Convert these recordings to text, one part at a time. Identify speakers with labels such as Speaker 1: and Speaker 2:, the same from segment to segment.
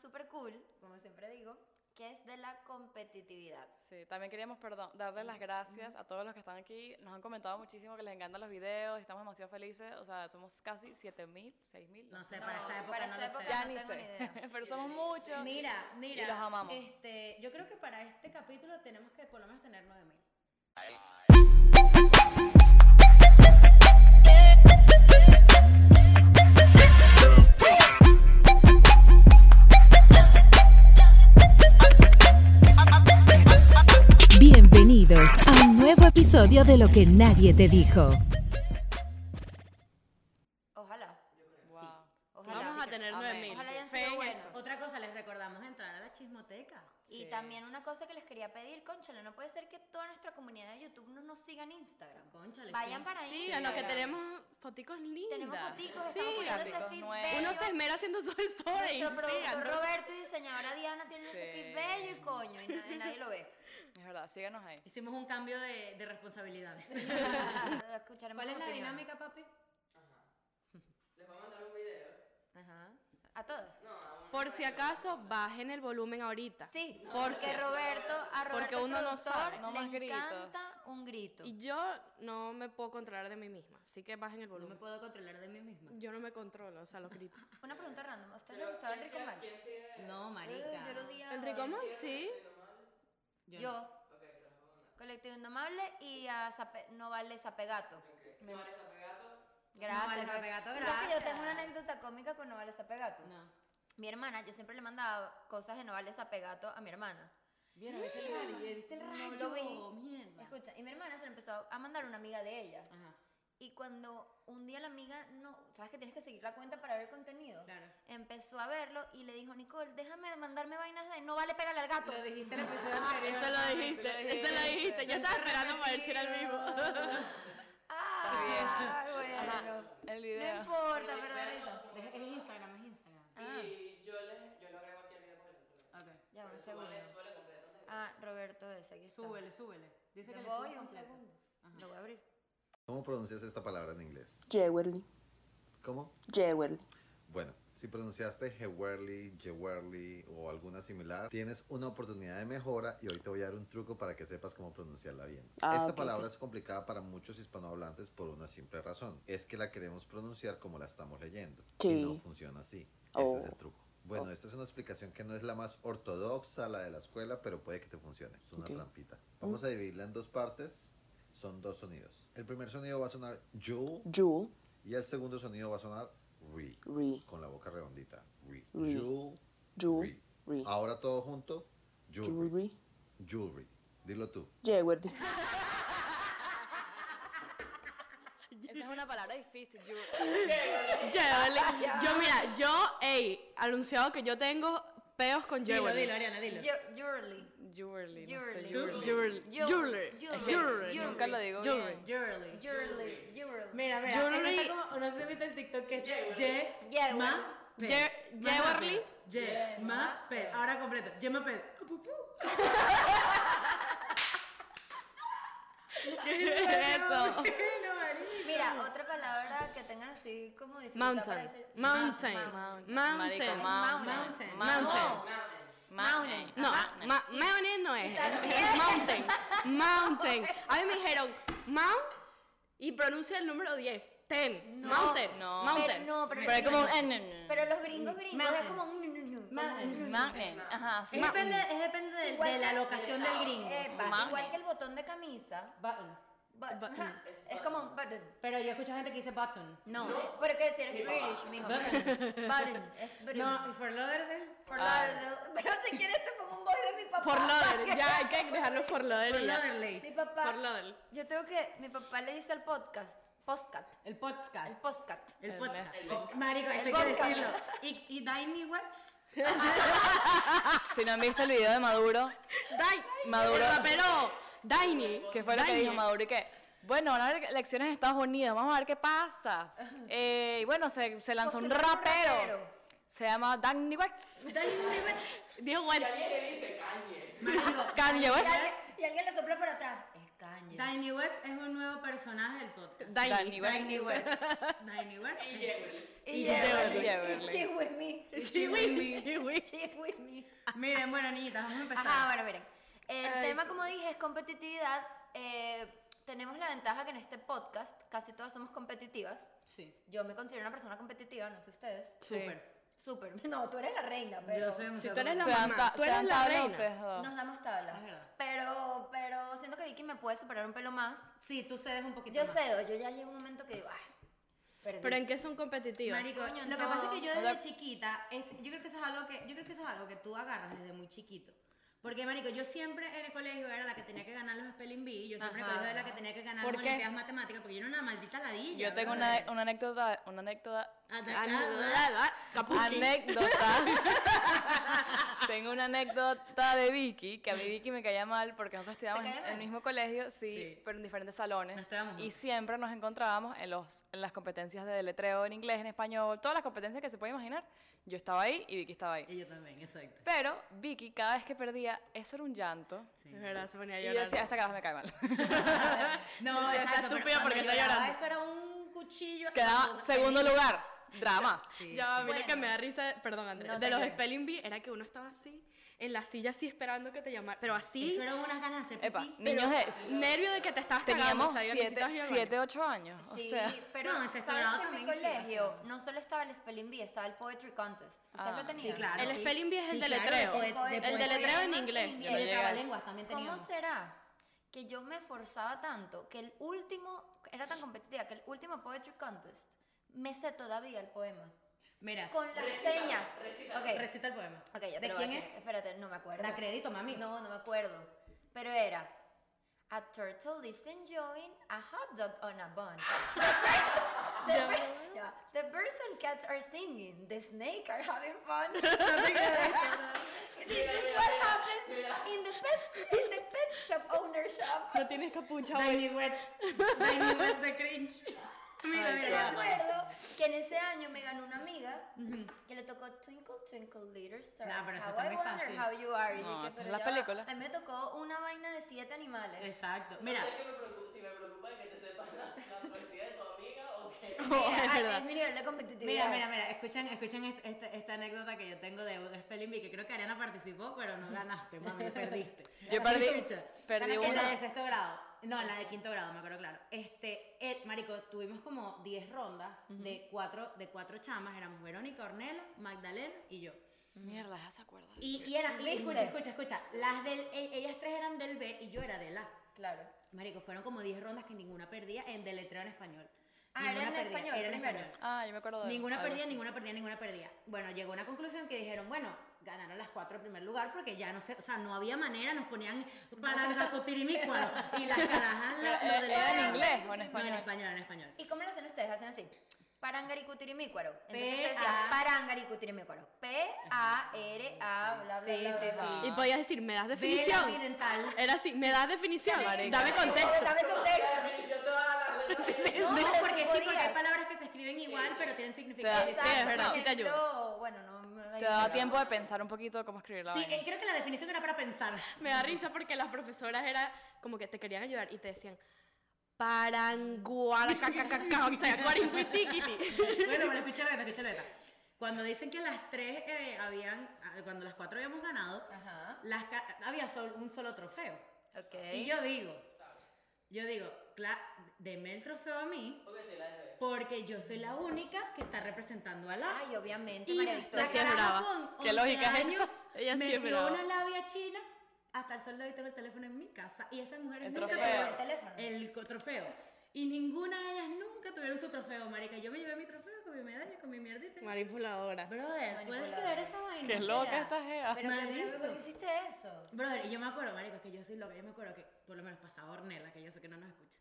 Speaker 1: súper cool, como siempre digo, que es de la competitividad.
Speaker 2: Sí, también queríamos perdón, darles las gracias a todos los que están aquí. Nos han comentado muchísimo que les encantan los videos, estamos demasiado felices. O sea, somos casi 7000, 6000.
Speaker 3: No sé, para esta época
Speaker 1: para
Speaker 3: no
Speaker 1: esta
Speaker 3: lo
Speaker 1: época
Speaker 3: sé.
Speaker 2: Ya
Speaker 1: no
Speaker 2: ni
Speaker 1: tengo
Speaker 2: sé.
Speaker 1: ni idea.
Speaker 2: Pero somos muchos.
Speaker 3: Mira, mira.
Speaker 2: Y los amamos.
Speaker 3: Este, yo creo que para este capítulo tenemos que por lo menos tener 9000.
Speaker 4: Bienvenidos a un nuevo episodio de Lo que nadie te dijo.
Speaker 1: Ojalá.
Speaker 2: Wow.
Speaker 1: Ojalá.
Speaker 5: Vamos a tener
Speaker 2: Amén.
Speaker 5: 9000.
Speaker 1: Ojalá hayan
Speaker 5: Fe
Speaker 1: sido
Speaker 5: en
Speaker 1: buenos.
Speaker 5: eso.
Speaker 3: Otra cosa, les recordamos entrar a la chismoteca.
Speaker 1: Y también una cosa que les quería pedir, conchale, no puede ser que toda nuestra comunidad de YouTube no nos siga en Instagram.
Speaker 3: Cónchale,
Speaker 1: Vayan
Speaker 3: sí.
Speaker 1: para ahí.
Speaker 5: Sí, a los que tenemos foticos lindas.
Speaker 1: Tenemos foticos,
Speaker 5: Sí,
Speaker 1: estamos poniendo ese
Speaker 2: foticos
Speaker 1: feed
Speaker 2: nuevos.
Speaker 1: bello.
Speaker 5: uno se esmera haciendo su story.
Speaker 1: Nuestro productor
Speaker 5: síganos.
Speaker 1: Roberto y diseñadora Diana tienen ese
Speaker 2: Sí.
Speaker 1: feed bello y coño, y na- y nadie lo ve.
Speaker 2: Es verdad, síganos ahí.
Speaker 3: Hicimos un cambio de, de responsabilidades.
Speaker 1: Escucharemos
Speaker 3: ¿Cuál es
Speaker 1: sus
Speaker 3: la
Speaker 1: opiniones.
Speaker 3: dinámica, papi?
Speaker 1: Ajá. A todos.
Speaker 5: Por si acaso, bajen el volumen ahorita.
Speaker 1: Sí,
Speaker 5: Por si
Speaker 1: porque
Speaker 5: acaso.
Speaker 1: Roberto, a Roberto
Speaker 5: Porque uno no
Speaker 1: productor,
Speaker 5: sabe.
Speaker 2: No
Speaker 1: le
Speaker 2: más gritos.
Speaker 1: encanta un grito.
Speaker 5: Y yo no me puedo controlar de mí misma, así que bajen el
Speaker 3: No me
Speaker 5: volumen.
Speaker 3: puedo controlar de mí misma.
Speaker 5: Yo no me controlo, o sea, los gritos.
Speaker 1: Una pregunta random, ¿a usted le gustaba el Ricomán?
Speaker 3: No, marica.
Speaker 1: Yo lo di a-
Speaker 5: El Ricomán sí.
Speaker 1: Yo.
Speaker 3: Yo no.
Speaker 1: Colectivo Indomable y a Zape- No Vale Zapegato.
Speaker 3: Me-
Speaker 1: Gracias.
Speaker 3: No Vale
Speaker 1: Roberto.
Speaker 3: Zapegato,
Speaker 1: Tú sabes que yo
Speaker 3: gracias.
Speaker 1: tengo una anécdota cómica con No Vale Zapegato.
Speaker 3: No.
Speaker 1: Mi hermana, yo siempre le mandaba cosas de No Vale Zapegato a mi hermana.
Speaker 3: Mira, ¿viste el rayo? ¿Viste el
Speaker 1: No
Speaker 3: rayo?
Speaker 1: lo vi.
Speaker 3: Mierda.
Speaker 1: Escucha, y mi hermana se lo empezó a mandar a una amiga de ella.
Speaker 3: Ajá.
Speaker 1: Y cuando un día la amiga no, sabes que tienes que seguir la cuenta para ver el contenido.
Speaker 3: Claro.
Speaker 1: Empezó a verlo y le dijo, Nicole, déjame de mandarme vainas de no vale pegarle al gato.
Speaker 3: Lo dijiste en el episodio anterior.
Speaker 5: Ah, Eso lo dijiste, eso lo dijiste. Yo estaba esperando para ver si era el mismo.
Speaker 1: Ah, bueno.
Speaker 2: El
Speaker 1: No
Speaker 2: video.
Speaker 1: importa, pero da risa.
Speaker 3: Es es Instagram, es Instagram.
Speaker 1: Ah,
Speaker 3: Ok.
Speaker 1: ya, un segundo. Ah, Roberto ese, aquí está.
Speaker 3: Súbele, súbele. Dice que
Speaker 1: Yo
Speaker 3: le
Speaker 1: voy
Speaker 3: suba
Speaker 1: un
Speaker 3: completo.
Speaker 1: segundo. Lo voy a abrir.
Speaker 6: ¿Cómo pronuncias esta palabra en inglés?
Speaker 7: Jewelry.
Speaker 6: ¿Cómo?
Speaker 7: Jewelry.
Speaker 6: Bueno, si pronunciaste Jewerly, Jewerly o alguna similar, tienes una oportunidad de mejora y hoy te voy a dar un truco para que sepas cómo pronunciarla bien.
Speaker 7: Ah,
Speaker 6: Esta
Speaker 7: ok,
Speaker 6: palabra es complicada para muchos hispanohablantes por una simple razón. Es que la queremos pronunciar como la estamos leyendo. Y
Speaker 7: Sí.
Speaker 6: no funciona así. Este
Speaker 7: Oh.
Speaker 6: es el truco. Bueno, esta es una explicación que no es la más ortodoxa, la de la escuela, pero puede que te funcione. Es una
Speaker 7: Ok. Mm.
Speaker 6: trampita. Vamos a dividirla en dos partes. Son dos sonidos. El primer sonido va a sonar jewel
Speaker 7: Jewelry.
Speaker 6: y el segundo sonido va a sonar re con la boca redondita. Re.
Speaker 7: Re.
Speaker 6: Jewel-
Speaker 7: Jewelry.
Speaker 6: re. Ahora todo junto. Jewelry.
Speaker 7: Jewelry.
Speaker 6: Jewelry. Dilo tú.
Speaker 7: Jewelry.
Speaker 2: Esa es una palabra difícil. Yo,
Speaker 5: Jewelry. Yo, mira, yo, ey, anunciado que yo tengo peos con
Speaker 3: Dilo,
Speaker 5: jewelry.
Speaker 3: dilo, Ariana, dilo.
Speaker 1: Jewelry.
Speaker 2: jewelry, no sé,
Speaker 1: Jewelry.
Speaker 2: jewelry.
Speaker 5: Jewelry. Jewelry.
Speaker 1: Jewelry.
Speaker 5: Jewelry.
Speaker 2: Nunca lo digo
Speaker 5: Jewelry.
Speaker 2: bien.
Speaker 3: Jewelry.
Speaker 1: Jewelry. Jewelry.
Speaker 3: Mira, mira.
Speaker 5: Jewelry.
Speaker 3: eso está como- no sé si viste el TikTok que es Ye,
Speaker 1: Jewelry.
Speaker 3: ma, pe.
Speaker 5: Ye-
Speaker 3: Más
Speaker 5: Jewelry.
Speaker 3: rápido. Ye, ma, pe. Ahora completo. Ye, ma, pe. Pu, pu, pu.
Speaker 5: Eso.
Speaker 3: Bueno, marica.
Speaker 1: Mira, otra palabra que tengan así como difícil.
Speaker 5: Mountain. Mountain.
Speaker 2: Marico,
Speaker 5: Mountain.
Speaker 2: mountain.
Speaker 3: Mountain.
Speaker 5: Mountain.
Speaker 2: Mountain.
Speaker 5: No, ah,
Speaker 2: Mountain.
Speaker 5: ma- mountain no es. Mountain. Mountain. A mí me dijeron mount y pronuncia el número 10. Ten.
Speaker 1: No.
Speaker 5: Mountain.
Speaker 2: No.
Speaker 5: Mountain.
Speaker 1: Pero no, pero-
Speaker 2: Pero es como un... eh, no, no, no.
Speaker 1: Pero los gringos gringos es
Speaker 3: Mountain.
Speaker 1: como un.
Speaker 3: Mountain.
Speaker 2: Mountain. Ajá, sí.
Speaker 3: Es depende, es depende de,
Speaker 1: Igual
Speaker 3: de la
Speaker 1: que-
Speaker 3: locación del gringo.
Speaker 1: Epa,
Speaker 2: Mountain.
Speaker 1: igual que el botón de camisa.
Speaker 3: Button.
Speaker 1: But-
Speaker 5: Button.
Speaker 1: Es como un button.
Speaker 3: Pero yo escucho gente que dice button.
Speaker 1: No, eh, porque si eres British, mijo. Button, es button.
Speaker 3: No, y for Lauderdale.
Speaker 1: For Lauderdale. Pero si quieres te pongo un voz de mi papá.
Speaker 5: For Lauderdale.
Speaker 1: porque-
Speaker 5: Ya hay que dejarlo for
Speaker 3: For
Speaker 5: Lauderdale. ya.
Speaker 1: Mi
Speaker 3: Lauderdale.
Speaker 1: papá.
Speaker 5: For Lauderdale.
Speaker 1: Yo tengo que. Mi papá le dice al podcast. Postcat.
Speaker 3: El
Speaker 1: El
Speaker 3: podcast.
Speaker 1: podcast.
Speaker 3: El
Speaker 2: El
Speaker 3: podcast. Marico, esto hay que
Speaker 1: podcast.
Speaker 3: decirlo. Y, y Daimi Watts.
Speaker 2: Si no han visto el video de Maduro,
Speaker 5: Dai.
Speaker 2: Maduro.
Speaker 5: Pero, Daini.
Speaker 2: que fue lo que dijo Maduro y que, bueno, van a haber elecciones en Estados Unidos, vamos a ver qué pasa. Eh, y bueno, se, se lanzó un
Speaker 1: Postularon un
Speaker 2: rapero.
Speaker 1: rapero.
Speaker 2: Se llama Danny West.
Speaker 3: Daimi Watts.
Speaker 5: Dijo What's.
Speaker 3: Marico.
Speaker 2: Kanye West.
Speaker 1: Y alguien, y alguien le sopla por atrás. Es caña.
Speaker 3: Tiny Webs es un nuevo personaje del podcast.
Speaker 2: Dani, ¿ves?
Speaker 1: Tiny Webs.
Speaker 3: Tiny Webs. es-
Speaker 1: Y
Speaker 2: Yeverly.
Speaker 1: Yeverly.
Speaker 2: Yeverly.
Speaker 1: She with me.
Speaker 5: She with me. She with-
Speaker 1: She with me.
Speaker 3: Miren, bueno, niñitas, vamos a empezar.
Speaker 1: Ajá, bueno, miren. El
Speaker 5: Ay,
Speaker 1: tema, como dije, es competitividad. Eh, tenemos la ventaja que en este podcast casi todas somos competitivas.
Speaker 3: Sí.
Speaker 1: Yo me considero una persona competitiva, no sé ustedes.
Speaker 3: Súper.
Speaker 1: Súper. No, tú eres la reina, pero
Speaker 3: Yo soy
Speaker 5: Si
Speaker 3: demasiado
Speaker 5: tú eres la
Speaker 2: Se dan
Speaker 5: mamá,
Speaker 2: ta-
Speaker 5: tú
Speaker 2: se
Speaker 5: eres
Speaker 2: dan
Speaker 5: la
Speaker 2: tabla
Speaker 5: reina.
Speaker 2: ustedes dos.
Speaker 1: nos damos tabla.
Speaker 3: Es verdad.
Speaker 1: Pero, pero siento que Vicky me puede superar un pelo más.
Speaker 3: Sí, tú cedes un poquito
Speaker 1: Yo
Speaker 3: más.
Speaker 1: cedo, yo ya llego un momento que digo, ay, perdí.
Speaker 5: Pero en qué son competitivas.
Speaker 3: Marico,
Speaker 1: Coño,
Speaker 3: lo que
Speaker 1: no.
Speaker 3: pasa es que yo
Speaker 2: O
Speaker 3: desde
Speaker 2: sea-
Speaker 3: chiquita, es, yo creo que eso es algo que, yo creo que eso es algo que tú agarras desde muy chiquito. Porque, marico, yo siempre en el colegio era la que tenía que ganar los spelling bee, yo siempre en el
Speaker 1: Ajá.
Speaker 3: colegio era la que tenía que ganar
Speaker 5: ¿Por
Speaker 3: las
Speaker 5: qué?
Speaker 3: olimpiadas matemáticas, porque yo era una maldita ladilla.
Speaker 2: Yo tengo
Speaker 3: brother.
Speaker 2: una, una anécdota, una anécdota,
Speaker 5: Ah,
Speaker 3: Atacada.
Speaker 5: no, la- la- Capuchi.
Speaker 2: anécdota. tengo una anécdota de Vicky, que a mí Vicky me caía mal porque nosotros estudiábamos
Speaker 1: caía
Speaker 2: en el
Speaker 1: mal?
Speaker 2: mismo colegio, sí,
Speaker 3: Sí.
Speaker 2: pero en diferentes salones.
Speaker 3: Nos estábamos
Speaker 2: y
Speaker 3: juntos.
Speaker 2: siempre nos encontrábamos en, los, en las competencias de letreo en inglés, en español, todas las competencias que se puede imaginar. Yo estaba ahí y Vicky estaba ahí.
Speaker 3: Y yo también, exacto.
Speaker 2: Pero Vicky, cada vez que perdía, eso era un llanto.
Speaker 3: Sí.
Speaker 5: Es verdad, se ponía a
Speaker 2: Y yo
Speaker 5: llorar.
Speaker 2: decía, esta cara me cae mal.
Speaker 3: No,
Speaker 5: Decía, "Está
Speaker 3: exacto, pero
Speaker 5: estúpida
Speaker 3: cuando
Speaker 5: porque está
Speaker 3: lloraba,
Speaker 5: llorando".
Speaker 3: Eso era un cuchillo.
Speaker 2: Quedaba
Speaker 3: cuando-
Speaker 2: segundo lugar. Drama.
Speaker 3: Sí,
Speaker 5: Ya, va, mira
Speaker 1: Bueno.
Speaker 5: que me da risa, perdón Andrea,
Speaker 1: No te
Speaker 5: de los
Speaker 1: creo.
Speaker 5: spelling bee era que uno estaba así, en la silla así esperando que te llamara, pero así,
Speaker 3: Eso eran unas ganas de hacer
Speaker 2: Epa,
Speaker 3: pipí.
Speaker 2: niños de...
Speaker 5: nervio de que te estabas
Speaker 2: Teníamos
Speaker 5: cagando, o sea, yo necesitaba ir al baño.
Speaker 2: 7, 8 años. O
Speaker 1: Sí,
Speaker 2: sea,
Speaker 3: No,
Speaker 1: pero
Speaker 3: en
Speaker 1: ¿sabes
Speaker 3: sexto grado
Speaker 1: que en mi
Speaker 3: también sí lo
Speaker 1: colegio
Speaker 3: hacían.
Speaker 1: no solo estaba el Spelling Bee, estaba el Poetry Contest. ¿Ustedes
Speaker 2: Ah,
Speaker 1: lo tenían?
Speaker 3: Sí, claro.
Speaker 5: El
Speaker 3: sí.
Speaker 5: spelling bee es el
Speaker 3: Sí,
Speaker 5: de
Speaker 3: claro,
Speaker 5: letreo.
Speaker 3: de poe-
Speaker 1: El
Speaker 5: El de
Speaker 1: poesía,
Speaker 5: letreo en
Speaker 1: además, en
Speaker 5: inglés.
Speaker 1: inglés.
Speaker 3: Y de
Speaker 2: llegas.
Speaker 3: trabalenguas también teníamos.
Speaker 1: ¿Cómo será que yo me forzaba tanto que el último, era tan competitiva, que el último Poetry Contest me sé todavía el poema?
Speaker 3: Mira,
Speaker 1: Con las señas. Ok,
Speaker 3: recita el poema.
Speaker 1: ok, ya te
Speaker 3: ¿De
Speaker 1: lo voy a
Speaker 3: quién
Speaker 1: decir.
Speaker 3: es?
Speaker 1: Espérate, no me acuerdo.
Speaker 3: Da crédito, mami.
Speaker 1: No, no me acuerdo. Pero era. A turtle is enjoying a hot dog on a bun. The, bird- the bird- yeah, the birds and cats are singing. The snake are having fun. this is what happens in the pet in the pet shop owner shop.
Speaker 5: No tienes capucha hoy.
Speaker 3: Tiny Wets. Tiny Wets de cringe. Mira,
Speaker 1: Me
Speaker 3: mira.
Speaker 1: acuerdo que en ese año me ganó una amiga que le tocó Twinkle Twinkle Little Star.
Speaker 3: Nah, pero eso
Speaker 1: how
Speaker 3: está
Speaker 1: I
Speaker 3: muy
Speaker 1: wonder
Speaker 3: fácil.
Speaker 1: how you are. Y yo
Speaker 2: No, esa
Speaker 1: dije,
Speaker 2: es
Speaker 1: pero
Speaker 2: la
Speaker 1: ya va.
Speaker 2: película.
Speaker 1: A mí me tocó una vaina de siete animales.
Speaker 3: Exacto. Mira,
Speaker 1: Mira,
Speaker 5: es
Speaker 1: ah,
Speaker 5: verdad.
Speaker 1: es mi nivel de competitividad.
Speaker 3: mira, mira, mira. Escuchen, escuchen est- esta, esta anécdota que yo tengo de un spelling bee que creo que Ariana participó, pero no ganaste, mami, perdiste.
Speaker 2: Yo perdí-
Speaker 3: Escucha,
Speaker 2: perdí
Speaker 3: en la
Speaker 2: una.
Speaker 3: de sexto grado. No, en la de quinto grado, me acuerdo claro. Este, el- marico, tuvimos como 10 rondas de cuatro de cuatro chamas, éramos Verónica, Ornella, Magdalena y yo.
Speaker 2: mierda, ya se acuerda.
Speaker 3: Y, y eran, y escucha,
Speaker 1: ¿Viste?
Speaker 3: escucha, escucha, las del, e- ellas tres eran del B y yo era del A.
Speaker 1: Claro.
Speaker 3: Marico, fueron como 10 rondas que ninguna perdía en deletreo en español.
Speaker 1: Ah, era
Speaker 3: Ninguna
Speaker 1: en español
Speaker 3: era en
Speaker 1: primero.
Speaker 3: español.
Speaker 2: Ah, yo me acuerdo de
Speaker 3: Ninguna
Speaker 2: algo
Speaker 3: perdía,
Speaker 2: así.
Speaker 3: ninguna perdía, ninguna perdía. Bueno, llegó una conclusión que dijeron, bueno, ganaron las cuatro en primer lugar porque ya no sé, o sea, no había manera, nos ponían palanca cotirimícuaro y las carajas la-
Speaker 2: Eh,
Speaker 3: lo
Speaker 2: eh,
Speaker 3: deletraban.
Speaker 2: ¿era en inglés o en
Speaker 3: No, en
Speaker 2: español?
Speaker 3: español, en español.
Speaker 1: ¿Y cómo lo hacen ustedes? Hacen así. Parangaricutirimícuaro.
Speaker 3: P,
Speaker 1: Entonces ustedes decían
Speaker 3: A.
Speaker 1: parangaricutirimícuaro. P, A, R, A, bla, bla,
Speaker 3: Sí,
Speaker 1: bla,
Speaker 3: sí,
Speaker 1: bla, bla.
Speaker 3: sí.
Speaker 5: Y podías decir, ¿me das
Speaker 3: Vela
Speaker 5: definición?
Speaker 3: bidental.
Speaker 5: Era así, ¿me das definición?
Speaker 2: Marica.
Speaker 5: Dame contexto.
Speaker 1: Dame contexto.
Speaker 5: Sí, sí, sí.
Speaker 3: No,
Speaker 1: pero sí
Speaker 3: porque sí, porque hay
Speaker 1: podías.
Speaker 3: palabras que se escriben igual, pero tienen significado.
Speaker 5: Sí, es
Speaker 1: Exacto,
Speaker 5: verdad,
Speaker 1: por
Speaker 5: sí te ayuda.
Speaker 1: ejemplo, Bueno, no me
Speaker 2: Te daba tiempo de pensar un poquito de cómo escribir la
Speaker 3: Sí,
Speaker 2: vaina.
Speaker 3: eh, creo que la definición era para pensar.
Speaker 5: Me da risa porque las profesoras era como que te querían ayudar y te decían, paranguaracacacaca, o sea, cuaringuitiquiti.
Speaker 3: bueno, bueno, escúchalo esta, escúchalo esta. Cuando dicen que las tres eh, habían, ah, cuando las cuatro habíamos ganado,
Speaker 1: Ajá.
Speaker 3: las ca- había sol- un solo trofeo.
Speaker 1: Ok.
Speaker 3: Y yo digo, yo digo, cla- deme el trofeo a mí, porque yo soy la única que está representando a la.
Speaker 1: Ay, obviamente,
Speaker 3: y
Speaker 1: María
Speaker 3: la
Speaker 1: Victoria.
Speaker 5: sí es
Speaker 3: caraja
Speaker 5: brava.
Speaker 3: con
Speaker 2: Qué
Speaker 3: 11
Speaker 2: lógica es
Speaker 3: años
Speaker 2: esa.
Speaker 5: Ella sí es
Speaker 3: metió
Speaker 5: brava.
Speaker 3: una labia china. Hasta el sol de hoy tengo el teléfono en mi casa y esas mujeres
Speaker 2: El
Speaker 3: nunca
Speaker 2: trofeo.
Speaker 3: tuvieron
Speaker 1: El teléfono.
Speaker 3: el co- trofeo. Y ninguna de ellas nunca tuvieron su trofeo, marica. Yo me llevé mi trofeo con mi medalla, con mi mierdita.
Speaker 5: Manipuladora.
Speaker 3: Brother, ¿puedes
Speaker 1: Manipuladora.
Speaker 3: creer esa vaina?
Speaker 2: Qué
Speaker 3: O sea,
Speaker 2: loca esta jeva.
Speaker 1: Pero
Speaker 3: Marico.
Speaker 1: que- ¿por qué hiciste eso?
Speaker 3: Brother, y yo me acuerdo, marico, que yo soy loca, yo me acuerdo que por lo menos pasaba Ornella, que yo sé que no nos escucha.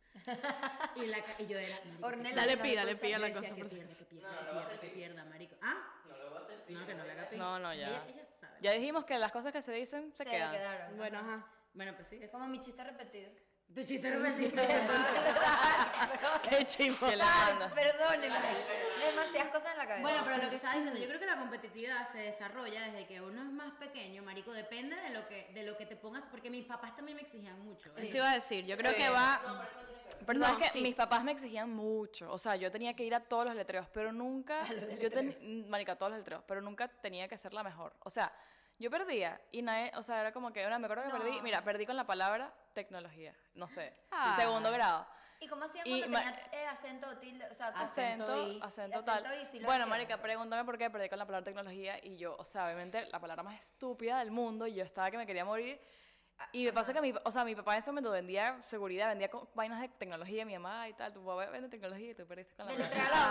Speaker 3: Y, la, ca- y yo era, marico,
Speaker 1: Ornella,
Speaker 5: Dale,
Speaker 1: no
Speaker 5: pida,
Speaker 1: escucha,
Speaker 5: le pida la
Speaker 3: que
Speaker 5: cosa
Speaker 3: decía,
Speaker 5: por si
Speaker 3: que pierda,
Speaker 5: acaso.
Speaker 3: que pierda, que pierda, que pierda, marico. ¿Ah? No lo voy a hacer No, que no le haga pi.
Speaker 2: No, no, ya.
Speaker 3: Ella, ella sabe.
Speaker 2: Ya dijimos que las cosas que se dicen se,
Speaker 1: Se
Speaker 2: quedan.
Speaker 1: quedaron.
Speaker 5: Bueno,
Speaker 1: ajá.
Speaker 5: ajá.
Speaker 3: Bueno, pues sí, eso.
Speaker 1: Como mi chiste repetido.
Speaker 3: Tu chiste repetido.
Speaker 5: Qué chivo.
Speaker 2: Que la manda.
Speaker 1: Perdónenme. Demasiadas cosas en la cabeza.
Speaker 3: bueno, pero lo que estaba diciendo, yo creo que la competitividad se desarrolla desde que uno es más pequeño, marico, depende de lo que, de lo que te pongas, porque mis papás también me exigían mucho. ¿eh?
Speaker 5: Eso iba a decir. Yo creo
Speaker 2: Sí.
Speaker 5: que va.
Speaker 2: Pero
Speaker 5: No,
Speaker 2: sabes que
Speaker 5: sí.
Speaker 2: mis papás me exigían mucho. O sea, yo tenía que ir a todos los letreros, pero nunca. yo ten- Marica, a todos los letreros, pero nunca tenía que ser la mejor. O sea, yo perdía y nadie. O sea, era como que. Una, me acuerdo que perdí. Mira, perdí con la palabra tecnología. No sé.
Speaker 5: Ah.
Speaker 2: Segundo grado.
Speaker 1: ¿Y cómo hacían
Speaker 2: Y
Speaker 1: cuando
Speaker 2: ma-
Speaker 1: tenía eh, acento o tilde? O sea, ¿cómo?
Speaker 2: Acento,
Speaker 3: Acento I.
Speaker 2: acento,
Speaker 1: Y
Speaker 2: tal.
Speaker 1: acento I sí lo
Speaker 2: bueno,
Speaker 1: hacían.
Speaker 2: Marica, pregúntame por qué perdí con la palabra tecnología y yo, o sea, obviamente la palabra más estúpida del mundo, y yo estaba que me quería morir. Y me pasa que mi, o sea, mi papá en ese momento vendía seguridad, vendía co- vainas de tecnología, mi mamá y tal, tu papá vende tecnología y tú perdiste con la
Speaker 1: Del
Speaker 2: palabra.
Speaker 1: la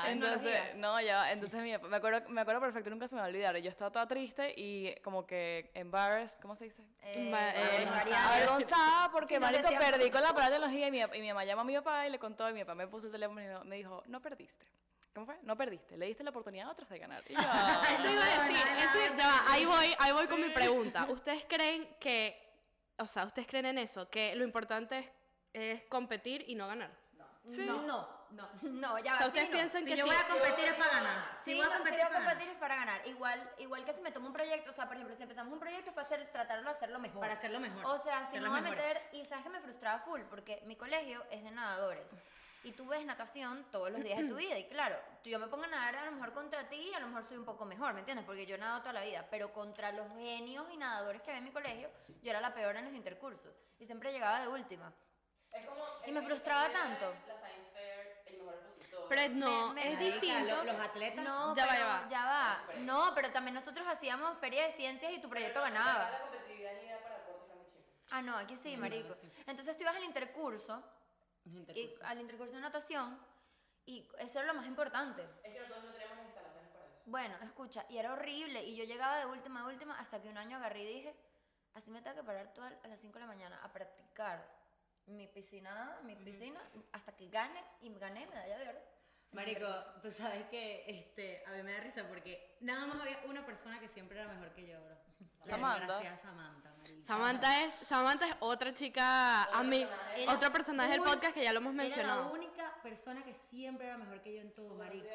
Speaker 1: obra,
Speaker 2: Entonces,
Speaker 1: tecnología.
Speaker 2: no, ya, va. entonces mi papá- me acuerdo, me acuerdo perfecto, nunca se me va a olvidar. Yo estaba toda triste y como que embarrassed, ¿cómo se dice?
Speaker 1: Eh,
Speaker 5: Ma- eh,
Speaker 1: variante.
Speaker 2: Avergonzada porque
Speaker 1: Sí, no
Speaker 2: marico
Speaker 1: decíamos.
Speaker 2: perdí con la palabra tecnología y mi, y mi mamá llamó a mi papá y le contó y mi papá me puso el teléfono y me dijo- me dijo, no perdiste. ¿Cómo fue? No perdiste, le diste la oportunidad a otros de ganar. Y yo,
Speaker 5: Eso iba a decir, eso- ya va, ahí voy, ahí voy con mi pregunta. ¿Ustedes creen que, o sea, ustedes creen en eso, que lo importante es, es competir y no ganar?
Speaker 2: Sí.
Speaker 1: No, no, no, ya
Speaker 5: O
Speaker 1: va,
Speaker 5: sea,
Speaker 1: sí,
Speaker 5: ustedes
Speaker 1: no.
Speaker 5: piensan
Speaker 3: Si
Speaker 5: que
Speaker 3: yo
Speaker 5: sí.
Speaker 3: voy a competir es para ganar. Si
Speaker 1: Sí,
Speaker 3: voy a
Speaker 1: no, si
Speaker 3: competir
Speaker 1: voy
Speaker 3: es
Speaker 1: a
Speaker 3: para ganar.
Speaker 1: competir es para ganar. Igual, igual que si me tomo un proyecto, o sea, por ejemplo, si empezamos un proyecto fue hacer, tratarlo de hacerlo mejor.
Speaker 3: Para hacerlo mejor.
Speaker 1: O sea, si
Speaker 3: ser
Speaker 1: me
Speaker 3: las
Speaker 1: voy a
Speaker 3: mejores.
Speaker 1: meter, y sabes que me frustraba full, porque mi colegio es de nadadores. Y tú ves natación todos los días de tu vida. Y claro, tú- yo me pongo a nadar a lo mejor contra ti y a lo mejor soy un poco mejor, ¿me entiendes? Porque yo he nadado toda la vida. Pero contra los genios y nadadores que había en mi colegio, yo era la peor en los intercursos. Y siempre llegaba de última. Y me frustraba tanto.
Speaker 5: Pero no,
Speaker 1: Me- me-
Speaker 5: es
Speaker 1: Marica,
Speaker 5: distinto.
Speaker 3: Lo- los atletas.
Speaker 1: No,
Speaker 5: Ya va,
Speaker 1: pero-
Speaker 5: ya va.
Speaker 1: ya va. No, pero también nosotros hacíamos feria de ciencias y tu proyecto ganaba. Ah, no, aquí sí, marico. Entonces tú ibas al intercurso, y, al intercurso de natación, y eso era lo más importante. Es que nosotros no teníamos instalaciones para eso. Bueno, escucha, y era horrible, y yo llegaba de última a última hasta que un año agarré y dije, así me tengo que parar toda a las 5 de la mañana a practicar mi piscina, mi piscina, hasta que gane, y gané medalla de oro.
Speaker 3: Marico, tú sabes que este, a mí me da risa porque nada más había una persona que siempre era mejor que yo, bro.
Speaker 2: Samantha.
Speaker 3: Gracias, Samantha. marica.
Speaker 5: Samantha es, Samantha es otra chica, a mí,
Speaker 3: Era
Speaker 5: otro personaje del
Speaker 3: un-
Speaker 5: podcast que ya lo hemos
Speaker 3: Era la
Speaker 5: mencionado.
Speaker 3: única persona que siempre era mejor que yo en todo, marico.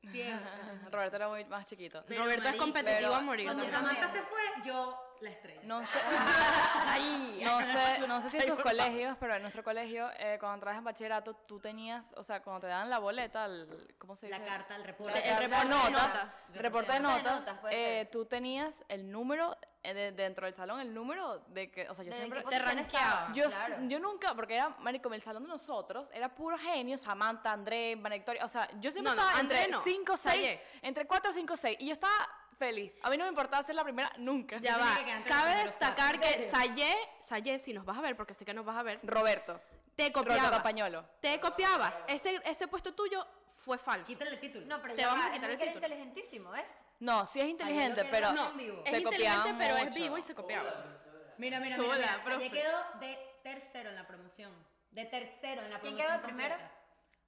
Speaker 3: Siempre.
Speaker 2: Roberto era muy más chiquito.
Speaker 3: Pero,
Speaker 5: Roberto es
Speaker 3: marico,
Speaker 5: competitivo
Speaker 2: pero-
Speaker 5: a morir.
Speaker 3: Cuando
Speaker 1: Sí,
Speaker 3: Samantha se
Speaker 1: también.
Speaker 3: fue, yo la estrella.
Speaker 2: No sé, no sé, no sé si en sus colegios, pero en nuestro colegio, eh, cuando trabajas en bachillerato, tú tenías, o sea, cuando te dan la boleta, el- ¿cómo se dice?
Speaker 3: La carta, el reporte.
Speaker 5: El reporte de notas.
Speaker 2: Reporte de
Speaker 1: Reporte de
Speaker 2: notas,
Speaker 1: notas, puede
Speaker 2: eh,
Speaker 1: ser.
Speaker 2: tú tenías el número eh, de- dentro del salón, el número de que, o sea, yo
Speaker 1: ¿Desde
Speaker 2: siempre...
Speaker 1: qué posición
Speaker 5: ranqueaba.
Speaker 1: estabas?
Speaker 2: Yo,
Speaker 1: Claro.
Speaker 2: yo nunca, porque era, marico, el salón de nosotros era puro genio, Samantha, André, María Victoria, o sea, yo siempre
Speaker 5: No, no,
Speaker 2: estaba
Speaker 5: André
Speaker 2: entre
Speaker 5: no,
Speaker 2: 5, 6,
Speaker 5: Sayé.
Speaker 2: entre 4, 5, 6, y yo estaba feliz. A mí no me importaba ser la primera nunca.
Speaker 3: tenía
Speaker 5: Ya va,
Speaker 3: que quedar entre los
Speaker 5: cabe
Speaker 3: primeros
Speaker 5: destacar que Sayé, Sayé, si nos vas a ver, porque sé que nos vas a ver,
Speaker 2: Roberto.
Speaker 5: te
Speaker 2: Roberto
Speaker 5: copiabas.
Speaker 2: Campañolo.
Speaker 5: Te copiabas. Ese, ese puesto tuyo fue falso.
Speaker 3: Quítale el título.
Speaker 1: No, pero
Speaker 5: Te
Speaker 1: ya
Speaker 5: vamos
Speaker 1: va,
Speaker 5: a quitar
Speaker 1: es
Speaker 5: el
Speaker 1: que era
Speaker 5: título.
Speaker 1: inteligentísimo, ¿ves?
Speaker 2: No, sí es inteligente,
Speaker 3: que
Speaker 2: pero...
Speaker 3: era
Speaker 5: No,
Speaker 3: en vivo.
Speaker 5: es
Speaker 2: se
Speaker 5: inteligente,
Speaker 2: copiaban
Speaker 5: pero es
Speaker 2: mucho.
Speaker 5: vivo y se copiaba.
Speaker 3: Mira, mira,
Speaker 5: Hola,
Speaker 3: mira. mira. O sea,
Speaker 5: profe.
Speaker 3: ya quedó de tercero en la promoción. De tercero en la
Speaker 1: ¿Quién
Speaker 3: promoción.
Speaker 1: quedó primero?
Speaker 3: completa.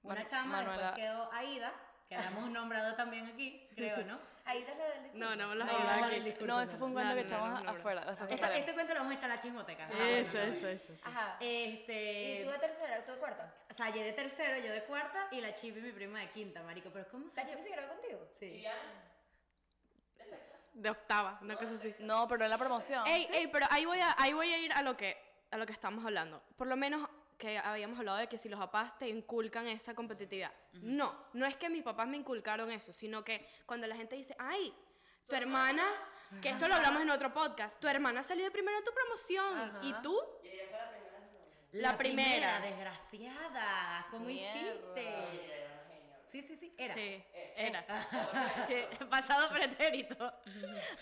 Speaker 3: Una
Speaker 2: Man-
Speaker 3: chama,
Speaker 2: Manuela-
Speaker 3: después quedó Aida, que la hemos nombrado también aquí, creo, ¿no?
Speaker 1: Ahí te lo del discurso.
Speaker 5: No, no, me lo
Speaker 3: No,
Speaker 5: hablaba
Speaker 3: el
Speaker 5: aquí.
Speaker 3: discurso
Speaker 2: No, eso fue un
Speaker 5: No,
Speaker 2: cuento que
Speaker 5: no, no,
Speaker 2: echamos
Speaker 5: no, no.
Speaker 2: afuera. después
Speaker 3: Esta-
Speaker 2: contaremos.
Speaker 3: este cuento lo vamos a echar a la chismoteca. Ah, bueno,
Speaker 5: Eso,
Speaker 3: bueno.
Speaker 5: eso, eso. eso.
Speaker 1: Ajá.
Speaker 3: Este.
Speaker 5: Eh,
Speaker 1: ¿Y tú de tercera, tú de cuarta?
Speaker 3: O sea, yo de tercero, yo de cuarta y la chipi, mi prima de quinta, marico. Pero ¿cómo se
Speaker 1: ¿La chica se grabó contigo?
Speaker 3: Sí.
Speaker 5: De octava, una cosa así.
Speaker 2: No, pero en la promoción.
Speaker 5: Ey, ey, pero ahí voy a, ahí voy a ir a lo que, a lo que estamos hablando. Por lo menos que habíamos hablado de que si los papás te inculcan esa competitividad. No, no es que mis papás me inculcaron eso, sino que cuando la gente dice, ay, tu hermana, que esto lo hablamos en otro podcast, tu hermana salió de primero en tu promoción
Speaker 1: Ajá.
Speaker 5: y tú, la, primera.
Speaker 3: desgraciada. ¿Cómo hiciste? Sí, sí, sí. Era.
Speaker 5: Sí, era. Pasado pretérito. Ajá,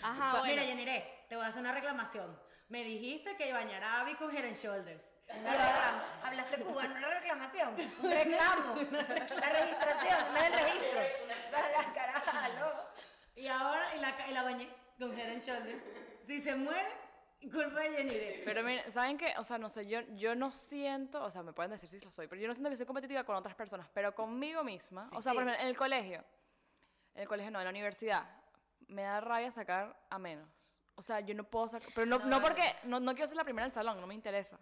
Speaker 3: Fa-
Speaker 5: Ah, bueno.
Speaker 3: Ah, Mira, Yaniré, te voy a hacer una reclamación. Me dijiste que bañara a Abby con Head and Shoulders. Y ahora-
Speaker 1: Hablaste cubano, una reclamación, un reclamo, la registración, no el registro. La caraja, loco.
Speaker 3: Y ahora y la, ca- y la bañé con Head and Shoulders. Si se muere, culpa de Yaniré.
Speaker 2: Pero miren, ¿saben qué? O sea, no sé, yo, yo no siento, o sea, me pueden decir si lo soy, pero yo no siento que soy competitiva con otras personas, pero conmigo misma. o sea, por ejemplo, en el colegio, en el colegio no, en la universidad, me da rabia sacar a menos. O sea, yo no puedo sacar, pero no, no porque, no, no quiero ser la primera del salón, no me interesa.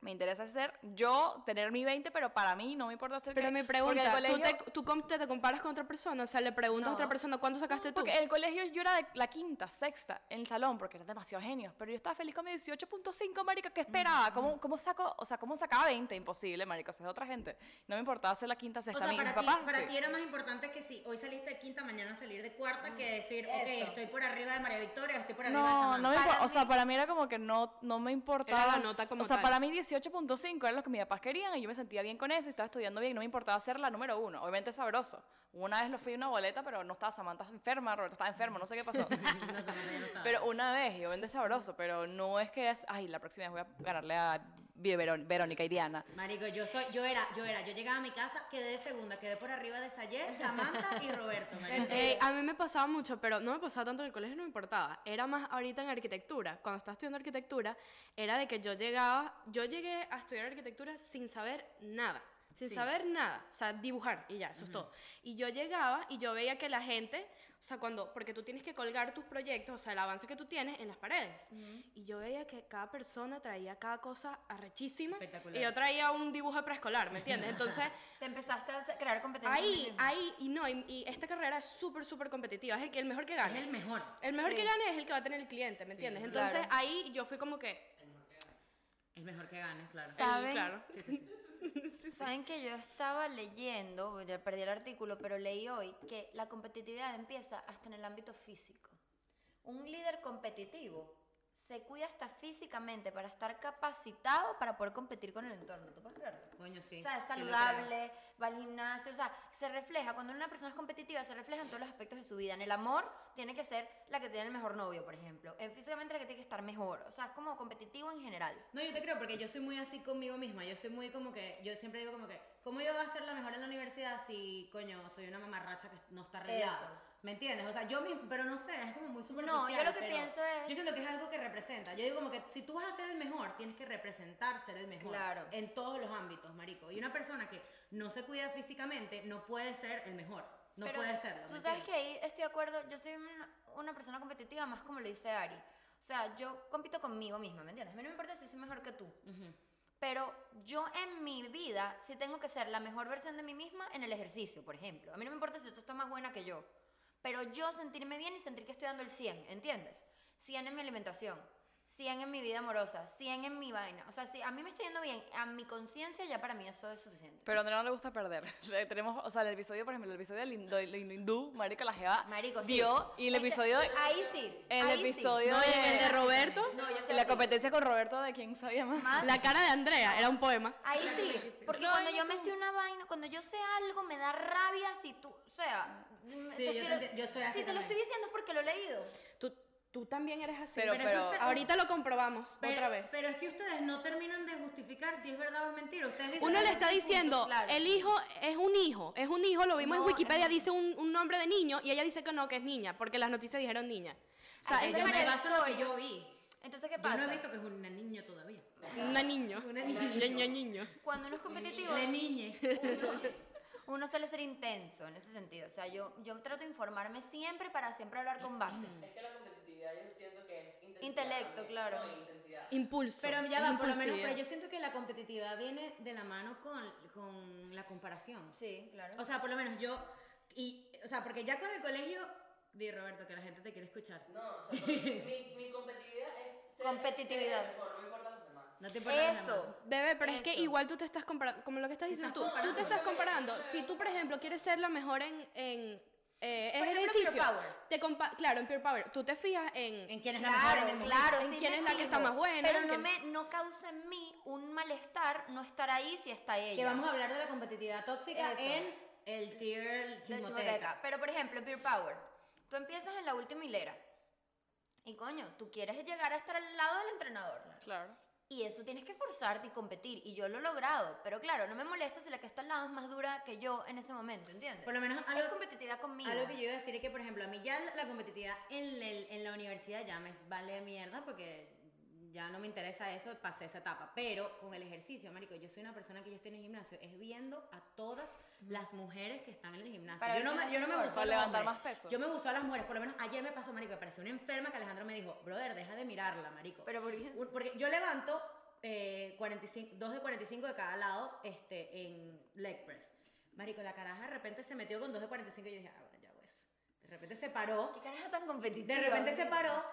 Speaker 2: Me interesa ser yo, tener mi 20, pero para mí no me importa ser
Speaker 5: Pero
Speaker 2: que-
Speaker 5: mi
Speaker 2: porque en el
Speaker 5: pregunta, ¿tú,
Speaker 2: colegio-
Speaker 5: te, tú com- te, te comparas con otra persona? O sea, le preguntas a otra
Speaker 1: No.
Speaker 5: persona, ¿cuánto sacaste tú?
Speaker 2: Porque en el colegio yo era de la quinta, sexta, en el salón, porque era demasiado genio. Pero yo estaba feliz con mi 18.5, marica, ¿qué
Speaker 5: Mm.
Speaker 2: esperaba? ¿Cómo, cómo saco, o sea, cómo sacaba 20? Imposible, marica, o sea, es otra gente. No me importaba ser la quinta,
Speaker 3: O
Speaker 2: sexta.
Speaker 3: sea,
Speaker 2: mi, mi
Speaker 3: para, ti,
Speaker 2: papá,
Speaker 3: para
Speaker 2: sí.
Speaker 3: ti era más importante que si hoy saliste de quinta, mañana salir de cuarta, que decir, ok,
Speaker 1: Mm, Eso.
Speaker 3: estoy por arriba de María Victoria, o estoy por arriba de
Speaker 2: No,
Speaker 3: Samantha.
Speaker 2: no me
Speaker 1: Para
Speaker 2: importa. O sea,
Speaker 1: mí-
Speaker 2: para mí era como que no, no me importaba.
Speaker 5: Era la nota como
Speaker 2: O sea,
Speaker 5: tal.
Speaker 2: para mí 18.5 era lo que mis papás querían y yo me sentía bien con eso y estaba estudiando bien. No me importaba ser la número uno. Obviamente sabroso. Una vez lo fui a una boleta, pero no estaba Samantha enferma, Roberto estaba enfermo, no sé qué pasó.
Speaker 3: No, Samantha ya no estaba.
Speaker 2: Pero una vez, y obviamente sabroso, pero no es que es, ay, la próxima vez voy a ganarle a Vi- Verón- Verónica y Diana.
Speaker 3: Marico, yo soy, yo era, yo era, yo llegaba a mi casa, quedé de segunda, quedé por arriba de Sayet, Samantha y Roberto. marico.
Speaker 5: Ey, Eh, a mí me pasaba mucho, pero no me pasaba tanto en el colegio, no me importaba. Era más ahorita en arquitectura. Cuando estaba estudiando arquitectura, era de que yo llegaba, yo llegué a estudiar arquitectura sin saber nada. Sin saber nada, o sea, dibujar y ya, eso es todo. Y yo llegaba y yo veía que la gente, o sea, cuando, porque tú tienes que colgar tus proyectos, o sea, el avance que tú tienes en las paredes. Y yo veía que cada persona traía cada cosa arrechísima.
Speaker 3: Espectacular.
Speaker 5: Y yo traía un dibujo preescolar, ¿me entiendes? Entonces,
Speaker 1: Te empezaste a hacer- crear competencia.
Speaker 5: Ahí, ahí, y no, y, y esta carrera es súper, súper competitiva. Es el, que- el mejor que
Speaker 3: Es
Speaker 5: gane.
Speaker 3: el
Speaker 5: El,
Speaker 3: mejor.
Speaker 5: mejor que
Speaker 1: Sí.
Speaker 5: gane es el que va a tener el cliente, ¿me entiendes? Entonces
Speaker 1: claro.
Speaker 5: ahí yo fui como que.
Speaker 3: El mejor que gane, claro.
Speaker 5: el-
Speaker 1: ¿Saben?
Speaker 5: claro.
Speaker 1: Saben que yo estaba leyendo, ya perdí el artículo, pero leí hoy que la competitividad empieza hasta en el ámbito físico. Un líder competitivo se cuida hasta físicamente para estar capacitado para poder competir con el entorno. ¿Tú puedes creerlo?
Speaker 3: Coño, sí.
Speaker 1: O sea, es
Speaker 3: sí lo creo.
Speaker 1: saludable, va al gimnasio, o sea, se refleja, cuando una persona es competitiva, se refleja en todos los aspectos de su vida. En el amor, tiene que ser la que tiene el mejor novio, por ejemplo. En físicamente, la que tiene que estar mejor. O sea, es como competitivo en general.
Speaker 3: No, yo te creo, porque yo soy muy así conmigo misma. Yo soy muy como que, yo siempre digo como que, ¿cómo yo voy a ser la mejor en la universidad si, coño, soy una mamarracha que no está arreglada? ¿Me entiendes? O sea, yo mismo, pero no sé, es como muy superficial.
Speaker 1: No, yo lo que
Speaker 3: pero
Speaker 1: pienso es-
Speaker 3: Yo siento que es algo que representa. Yo digo como que si tú vas a ser el mejor, tienes que representar ser el mejor.
Speaker 1: Claro.
Speaker 3: En todos los ámbitos, marico. Y una persona que no se cuida físicamente no puede ser el mejor. No
Speaker 1: Pero
Speaker 3: puede serlo.
Speaker 1: Tú
Speaker 3: ¿me
Speaker 1: sabes
Speaker 3: entiendes?
Speaker 1: que ahí estoy de acuerdo, yo soy una, una persona competitiva, más como lo dice Ari. O sea, yo compito conmigo misma, ¿me entiendes? A mí no me importa si soy mejor que tú.
Speaker 3: Ujú.
Speaker 1: Pero yo en mi vida sí tengo que ser la mejor versión de mí misma en el ejercicio, por ejemplo. A mí no me importa si tú estás más buena que yo. Pero yo sentirme bien y sentir que estoy dando el 100, ¿entiendes? 100 en mi alimentación, 100 en mi vida amorosa, 100 en mi vaina. O sea, si a mí me está yendo bien, a mi conciencia ya para mí eso es suficiente.
Speaker 2: Pero a Andrea no le gusta perder. Le tenemos, o sea, el episodio, por ejemplo, el episodio del hindú, el hindú marica, la jeva,
Speaker 1: Marico, sí. Este
Speaker 2: dio, y el
Speaker 1: Es que
Speaker 2: episodio,
Speaker 1: ahí sí.
Speaker 2: el
Speaker 1: ahí sí.
Speaker 2: episodio
Speaker 5: No, y en el de Roberto,
Speaker 1: No, yo soy
Speaker 2: la
Speaker 1: así.
Speaker 2: competencia con Roberto de quién sabía más.
Speaker 1: Más-
Speaker 5: la cara de Andrea era un poema.
Speaker 1: Ahí sí, porque
Speaker 2: No,
Speaker 1: cuando
Speaker 2: yo
Speaker 1: yo me
Speaker 2: como-
Speaker 1: sé una vaina, cuando yo sé algo, me da rabia si tú, o sea, me-
Speaker 3: Sí,
Speaker 1: te
Speaker 3: yo
Speaker 1: estoy lo-
Speaker 3: te enti- yo soy así
Speaker 1: Si te lo
Speaker 3: también.
Speaker 1: estoy diciendo es porque lo he leído.
Speaker 5: Tú, tú también eres así.
Speaker 2: Pero-
Speaker 3: Pero es que pero- usted-
Speaker 5: ahorita lo comprobamos
Speaker 3: Pero,
Speaker 5: otra vez.
Speaker 3: pero es que ustedes no terminan de justificar si es verdad o es mentira. Ustedes dicen,
Speaker 5: Uno
Speaker 3: "Ah,
Speaker 5: le
Speaker 3: no
Speaker 5: está
Speaker 3: estoy
Speaker 5: diciendo,
Speaker 1: claro.
Speaker 5: el hijo es un hijo, es un hijo, lo vimos
Speaker 1: No,
Speaker 5: en
Speaker 1: es
Speaker 5: Wikipedia,
Speaker 1: un-
Speaker 5: dice un, un nombre de niño y ella dice que no, que es niña, porque las noticias dijeron niña. O sea,
Speaker 1: Ay,
Speaker 5: ella
Speaker 3: Yo
Speaker 1: María
Speaker 3: me baso en lo que
Speaker 1: Victoria.
Speaker 3: yo vi.
Speaker 1: Entonces, ¿qué
Speaker 3: Yo
Speaker 1: pasa?
Speaker 3: no he visto que es una niña todavía.
Speaker 5: una niño.
Speaker 3: Una niña.
Speaker 5: Niño, niño.
Speaker 1: Cuando uno es competitivo,
Speaker 3: La niña.
Speaker 1: uno, uno suele ser intenso en ese sentido. O sea, yo, yo trato de informarme siempre para siempre hablar con base.
Speaker 7: Es que la competitividad yo siento que es intensidad.
Speaker 1: Intelecto,
Speaker 7: también,
Speaker 1: claro.
Speaker 7: No, intensidad.
Speaker 5: Impulso.
Speaker 3: Pero ya va, por lo menos,
Speaker 5: impulsividad.
Speaker 3: pero yo siento que la competitividad viene de la mano con, con la comparación.
Speaker 1: Sí, claro.
Speaker 3: O sea, por lo menos yo, y, o sea, porque ya con el colegio, di Roberto, que la gente te quiere escuchar.
Speaker 7: No, o sea, porque mi, mi competitividad es ser,
Speaker 1: Competitividad.
Speaker 7: ser el mejor, no importa los demás.
Speaker 3: No te importa nada
Speaker 1: Eso.
Speaker 3: más.
Speaker 5: Bebé, pero es que
Speaker 1: Eso.
Speaker 5: igual tú te estás comparando, como lo que estás diciendo tú, tú te estás comparando. Si tú, por ejemplo, quieres ser la mejor en, en eh,
Speaker 1: Por ejemplo,
Speaker 5: ejercicio,
Speaker 1: Pure Power.
Speaker 5: te compa- claro, en Pure Power, tú te fijas en...
Speaker 3: ¿En quién es la mejor en el
Speaker 1: Claro,
Speaker 3: momento?
Speaker 1: claro.
Speaker 5: ¿En
Speaker 1: sí
Speaker 5: quién
Speaker 1: me
Speaker 5: es la que está
Speaker 1: fijo,
Speaker 5: más buena?
Speaker 1: Pero
Speaker 5: ¿En
Speaker 1: no,
Speaker 5: quién-
Speaker 1: me, no causa en mí un malestar no estar ahí si está ella.
Speaker 3: Que vamos a hablar de la competitividad tóxica
Speaker 1: Eso.
Speaker 3: en el tier
Speaker 1: de
Speaker 3: chismoteca.
Speaker 1: chismoteca. Pero por ejemplo, en Beer Power, tú empiezas en la última hilera. Y coño, tú quieres llegar a estar al lado del entrenador.
Speaker 2: Claro.
Speaker 1: Y eso tienes que forzarte y competir. Y yo lo he logrado. Pero claro, no me molesta si la que está al lado es más dura que yo en ese momento, ¿entiendes?
Speaker 3: Por lo menos
Speaker 1: es
Speaker 3: algo,
Speaker 1: competitividad conmigo.
Speaker 3: Algo que yo iba a decir es que, por ejemplo, a mí ya la- la competitividad en, la- en la universidad ya me vale mierda porque ya no me interesa eso, pasé esa etapa. Pero con el ejercicio, marico, yo soy una persona que yo estoy en el gimnasio, es viendo a todas las mujeres que están en el gimnasio.
Speaker 1: Para
Speaker 3: yo,
Speaker 1: ver
Speaker 3: no
Speaker 1: quién
Speaker 3: me,
Speaker 1: es
Speaker 3: yo no me
Speaker 1: mejor.
Speaker 3: abuso
Speaker 2: Para
Speaker 3: a los
Speaker 2: levantar
Speaker 3: hombres.
Speaker 2: más peso.
Speaker 3: Yo me abuso a las mujeres. Por lo menos ayer me pasó, marico, me pareció una enferma que Alejandro me dijo, brother, deja de mirarla, marico.
Speaker 1: Pero ¿por qué?
Speaker 3: Un- Porque yo levanto eh, 45, dos de 45 de cada lado este, en leg press. Marico, la caraja de repente se metió con dos de 45 y yo dije, ah, bueno, ya pues. De repente se paró.
Speaker 1: ¿Qué carajo tan competitiva?
Speaker 3: De repente se
Speaker 1: amiga?
Speaker 3: paró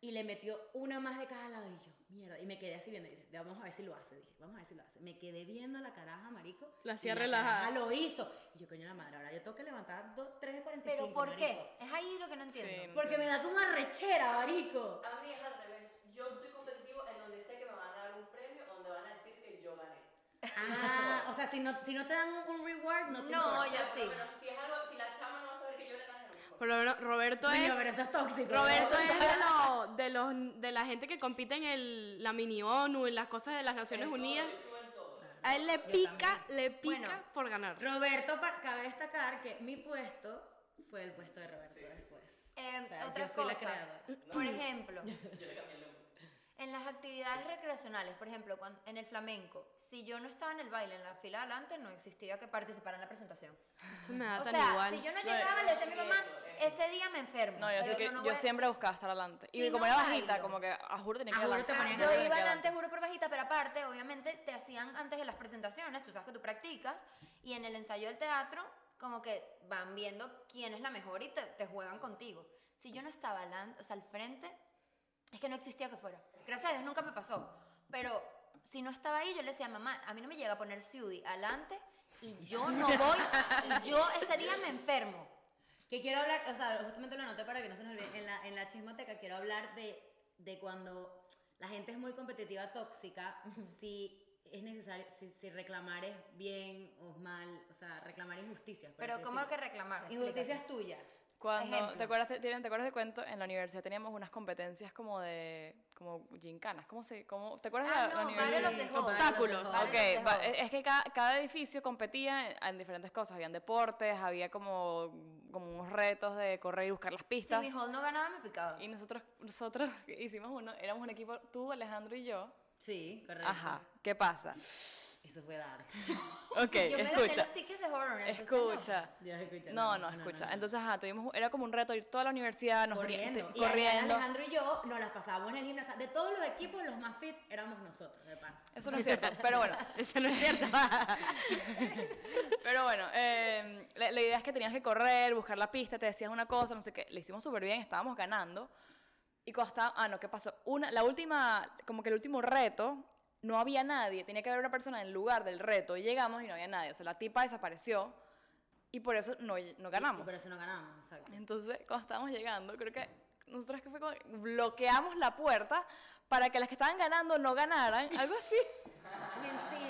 Speaker 3: y le metió una más de cada lado y yo, mierda, y me quedé así viendo, y dije, vamos a ver si lo hace, dije, vamos a ver si lo hace. Me quedé viendo a la caraja, marico.
Speaker 5: La
Speaker 3: y
Speaker 5: hacía
Speaker 3: caraja
Speaker 5: relajada.
Speaker 3: lo hizo. Y yo, coño, la madre, ahora yo tengo que levantar 2, 3 de 45.
Speaker 1: ¿Pero por qué?
Speaker 3: marico.
Speaker 1: Es ahí lo que no entiendo.
Speaker 2: Sí.
Speaker 3: Porque me da como arrechera, marico.
Speaker 7: A mí es al revés. Yo soy competitivo en donde sé que me van a dar un premio, donde van a decir que yo gané.
Speaker 3: Ah, o sea, si no, si no te dan un reward, no te
Speaker 1: No,
Speaker 3: importa.
Speaker 1: yo
Speaker 7: O sea, por lo
Speaker 1: sí.
Speaker 7: menos, si es algo, si la chama no va a saber que yo le gané, a lo mejor.
Speaker 5: Por lo menos Roberto es.
Speaker 3: Coño, pero eso es tóxico.
Speaker 5: Roberto es de, lo- de los, de la gente que compite en el, la mini ONU, en las cosas de las Naciones
Speaker 7: En todo,
Speaker 5: Unidas.
Speaker 7: yo estuve en todo.
Speaker 5: A él le
Speaker 3: Yo
Speaker 5: pica,
Speaker 3: también.
Speaker 5: le pica
Speaker 1: Bueno.
Speaker 5: por ganar.
Speaker 3: Roberto, pa- cabe destacar que mi puesto fue el puesto de Roberto después.
Speaker 1: Eh,
Speaker 3: O sea,
Speaker 1: otra
Speaker 3: yo fui la
Speaker 1: cosa,
Speaker 3: creadora.
Speaker 1: por ejemplo,
Speaker 7: Yo le cambié el nombre.
Speaker 1: en las actividades recreacionales, por ejemplo, cuan- en el flamenco, si yo no estaba en el baile, en la fila adelante, no existía que participara en la presentación.
Speaker 5: Eso me da
Speaker 1: o
Speaker 5: Ah, tan
Speaker 1: sea,
Speaker 5: igual.
Speaker 1: si yo no
Speaker 2: Lo de-
Speaker 1: llegaba, le decía a mi mamá,
Speaker 7: Eso.
Speaker 1: ese día me enfermo.
Speaker 2: No, yo sé
Speaker 1: pero
Speaker 2: que
Speaker 1: no
Speaker 2: yo
Speaker 1: voy-
Speaker 2: siempre buscaba estar adelante. Y
Speaker 1: Sí,
Speaker 2: como
Speaker 1: no
Speaker 2: era
Speaker 1: bailo.
Speaker 2: bajita, como que a juro tenía que
Speaker 3: A
Speaker 2: ir
Speaker 3: juro
Speaker 2: adelante.
Speaker 3: te ponían
Speaker 2: tenía
Speaker 1: Ah, yo
Speaker 2: que ir
Speaker 1: iba adelante, juro por bajita, pero aparte, obviamente, te hacían antes de las presentaciones, tú sabes que tú practicas, y en el ensayo del teatro, como que van viendo quién es la mejor y te, te juegan contigo. Si yo no estaba adelante, o sea, al frente, es que no existía que fuera. Gracias a Dios nunca me pasó. Pero si no estaba ahí, yo le decía, mamá, a mí no me llega a poner Ciudi adelante y yo no voy, y yo ese día me enfermo.
Speaker 3: Que quiero hablar, o sea, justamente lo anoté para que no se nos olvide. En la, en la chismoteca quiero hablar de, de cuando la gente es muy competitiva, tóxica, si es necesario, si, si reclamar es bien o es mal, o sea, reclamar injusticias. por
Speaker 1: Pero
Speaker 3: así
Speaker 1: ¿cómo que
Speaker 3: decirlo.
Speaker 1: reclamar?
Speaker 3: Injusticias tuyas.
Speaker 2: Cuando,
Speaker 1: Ejemplo.
Speaker 2: ¿te acuerdas, de- Tiren, ¿te acuerdas del cuento? En la universidad teníamos unas competencias como de, como gincanas, ¿cómo se, cómo, ¿te acuerdas de
Speaker 1: Ah,
Speaker 2: la, la
Speaker 1: no,
Speaker 2: universidad?
Speaker 1: Vale los
Speaker 5: Sí,
Speaker 1: dejó.
Speaker 5: obstáculos.
Speaker 1: Vale los
Speaker 2: Ok,
Speaker 1: dejó.
Speaker 2: va- eh, es es que ca- cada, edificio competía en, en diferentes cosas, habían deportes, había como, como unos retos de correr y buscar las
Speaker 1: Si
Speaker 2: pistas.
Speaker 1: mi hijo no ganaba, me picaba.
Speaker 2: y nosotros, nosotros hicimos uno, éramos un equipo, tú, Alejandro y yo.
Speaker 3: Sí, correcto.
Speaker 2: Ajá, ¿qué pasa?
Speaker 3: Eso fue dark.
Speaker 2: Ok,
Speaker 1: yo me gané
Speaker 2: escucha,
Speaker 1: los tickets de horror. entonces no.
Speaker 2: escucha.
Speaker 3: Ya escucha.
Speaker 2: No, no, escucha. Entonces, ajá, tuvimos, era como un reto ir toda la universidad, nos
Speaker 3: corriendo.
Speaker 2: corriendo.
Speaker 3: Y
Speaker 2: corriendo.
Speaker 3: Alejandro y yo nos las pasábamos en el gimnasio. De todos los equipos, los más fit éramos nosotros, de pan.
Speaker 2: Eso no es cierto, pero bueno.
Speaker 5: Eso no es cierto.
Speaker 2: Pero bueno, eh, la, la idea es que tenías que correr, buscar la pista, te decías una cosa, no sé qué. Le hicimos súper bien, estábamos ganando. Y cuando estaba- ah, no, ¿qué pasó? Una, la última, como que el último reto, no había nadie, tenía que haber una persona en el lugar del reto. Y llegamos y no había nadie, o sea, la tipa desapareció y por eso no, no ganamos.
Speaker 3: Y por eso no ganamos, exacto.
Speaker 2: Entonces, cuando estábamos llegando, creo que nosotros que fue como que bloqueamos la puerta para que las que estaban ganando no ganaran, algo así,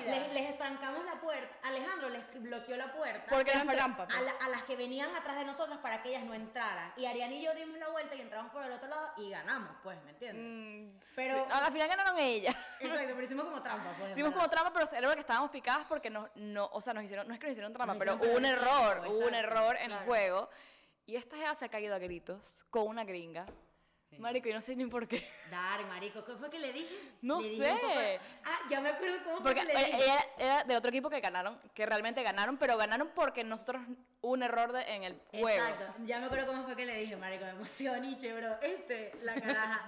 Speaker 3: Les, les estancamos la puerta. Alejandro les bloqueó la puerta.
Speaker 2: porque
Speaker 5: Hicieron
Speaker 2: las per-
Speaker 5: trampa. pues.
Speaker 3: a, la- a las que venían atrás de nosotros para que ellas no entraran. Y Ariana y yo dimos la vuelta y entramos por el otro lado y ganamos, pues, ¿me entiendes?
Speaker 2: Mm,
Speaker 3: Pero-
Speaker 2: sí. No, al final ganaron ellas.
Speaker 3: Exacto, pero hicimos como trampa, pues.
Speaker 2: Mm. Hicimos
Speaker 3: ¿verdad?
Speaker 2: como trampa, pero era porque estábamos picadas porque no, no, o sea, nos hicieron, no es que nos hicieron trampa,
Speaker 3: Nos
Speaker 2: pero
Speaker 3: hicieron
Speaker 2: hubo un
Speaker 3: perder
Speaker 2: error,
Speaker 3: tiempo,
Speaker 2: hubo un
Speaker 3: exacto,
Speaker 2: error en el
Speaker 3: claro.
Speaker 2: juego. Y esta jeva se ha caído a gritos con una gringa. Marico, yo no sé ni por qué.
Speaker 3: Dar, marico, ¿qué fue que le dije?
Speaker 2: No
Speaker 3: Le dije un poco de-
Speaker 2: sé.
Speaker 3: Ah, ya me acuerdo cómo fue que
Speaker 2: Porque
Speaker 3: le
Speaker 2: eh,
Speaker 3: dije.
Speaker 2: ella era del otro equipo que ganaron, que realmente ganaron, pero ganaron porque nosotros hubo un error de- en el juego.
Speaker 3: Exacto, ya me acuerdo cómo fue que le dije, marico, demasiado niche, bro. Este, la caraja.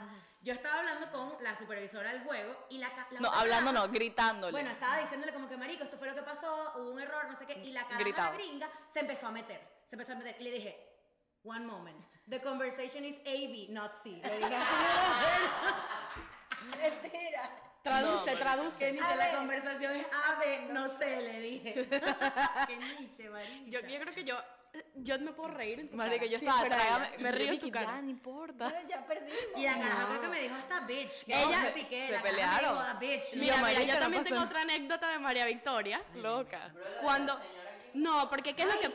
Speaker 3: Yo estaba hablando con la supervisora del juego y la, ca- la
Speaker 2: No,
Speaker 3: otra
Speaker 2: hablando
Speaker 3: caraja-
Speaker 2: no, gritándole.
Speaker 3: Bueno, estaba diciéndole como que, marico, esto fue lo que pasó, hubo un error, no sé qué. Y la caraja
Speaker 2: Gritaba.
Speaker 3: gringa se empezó a meter, se empezó a meter. Y le dije, one moment, the conversation is A, B, not C. Le dije, "Ah,
Speaker 1: Mentira.
Speaker 5: Traduce,
Speaker 3: que
Speaker 5: traduce.
Speaker 3: Nietzsche,
Speaker 1: A
Speaker 3: la
Speaker 1: ver.
Speaker 3: conversación es A, B, no sé, le dije. que Nietzsche, marico.
Speaker 5: Yo, yo creo que yo, yo me puedo reír en tu
Speaker 2: Marico,
Speaker 5: cara.
Speaker 2: yo
Speaker 5: Sí,
Speaker 2: estaba
Speaker 5: fuera de
Speaker 2: atrás,
Speaker 5: ella. Me río en tu
Speaker 2: dije,
Speaker 5: cara.
Speaker 2: Ya, no importa.
Speaker 1: No, ya perdimos.
Speaker 3: Y la caraja creo que me dijo hasta bitch. que
Speaker 5: Ella-
Speaker 3: yo me piqué,
Speaker 2: se
Speaker 3: la caraja me
Speaker 2: pelearon.
Speaker 3: dijo, "Ah, bitch.
Speaker 2: Yo,
Speaker 5: Mira, mira,
Speaker 2: marica,
Speaker 5: yo
Speaker 2: no
Speaker 5: también
Speaker 2: pasa
Speaker 5: tengo
Speaker 2: nada.
Speaker 5: otra anécdota de María Victoria.
Speaker 2: Loca.
Speaker 5: Cuando. No, porque ¿qué es lo que.?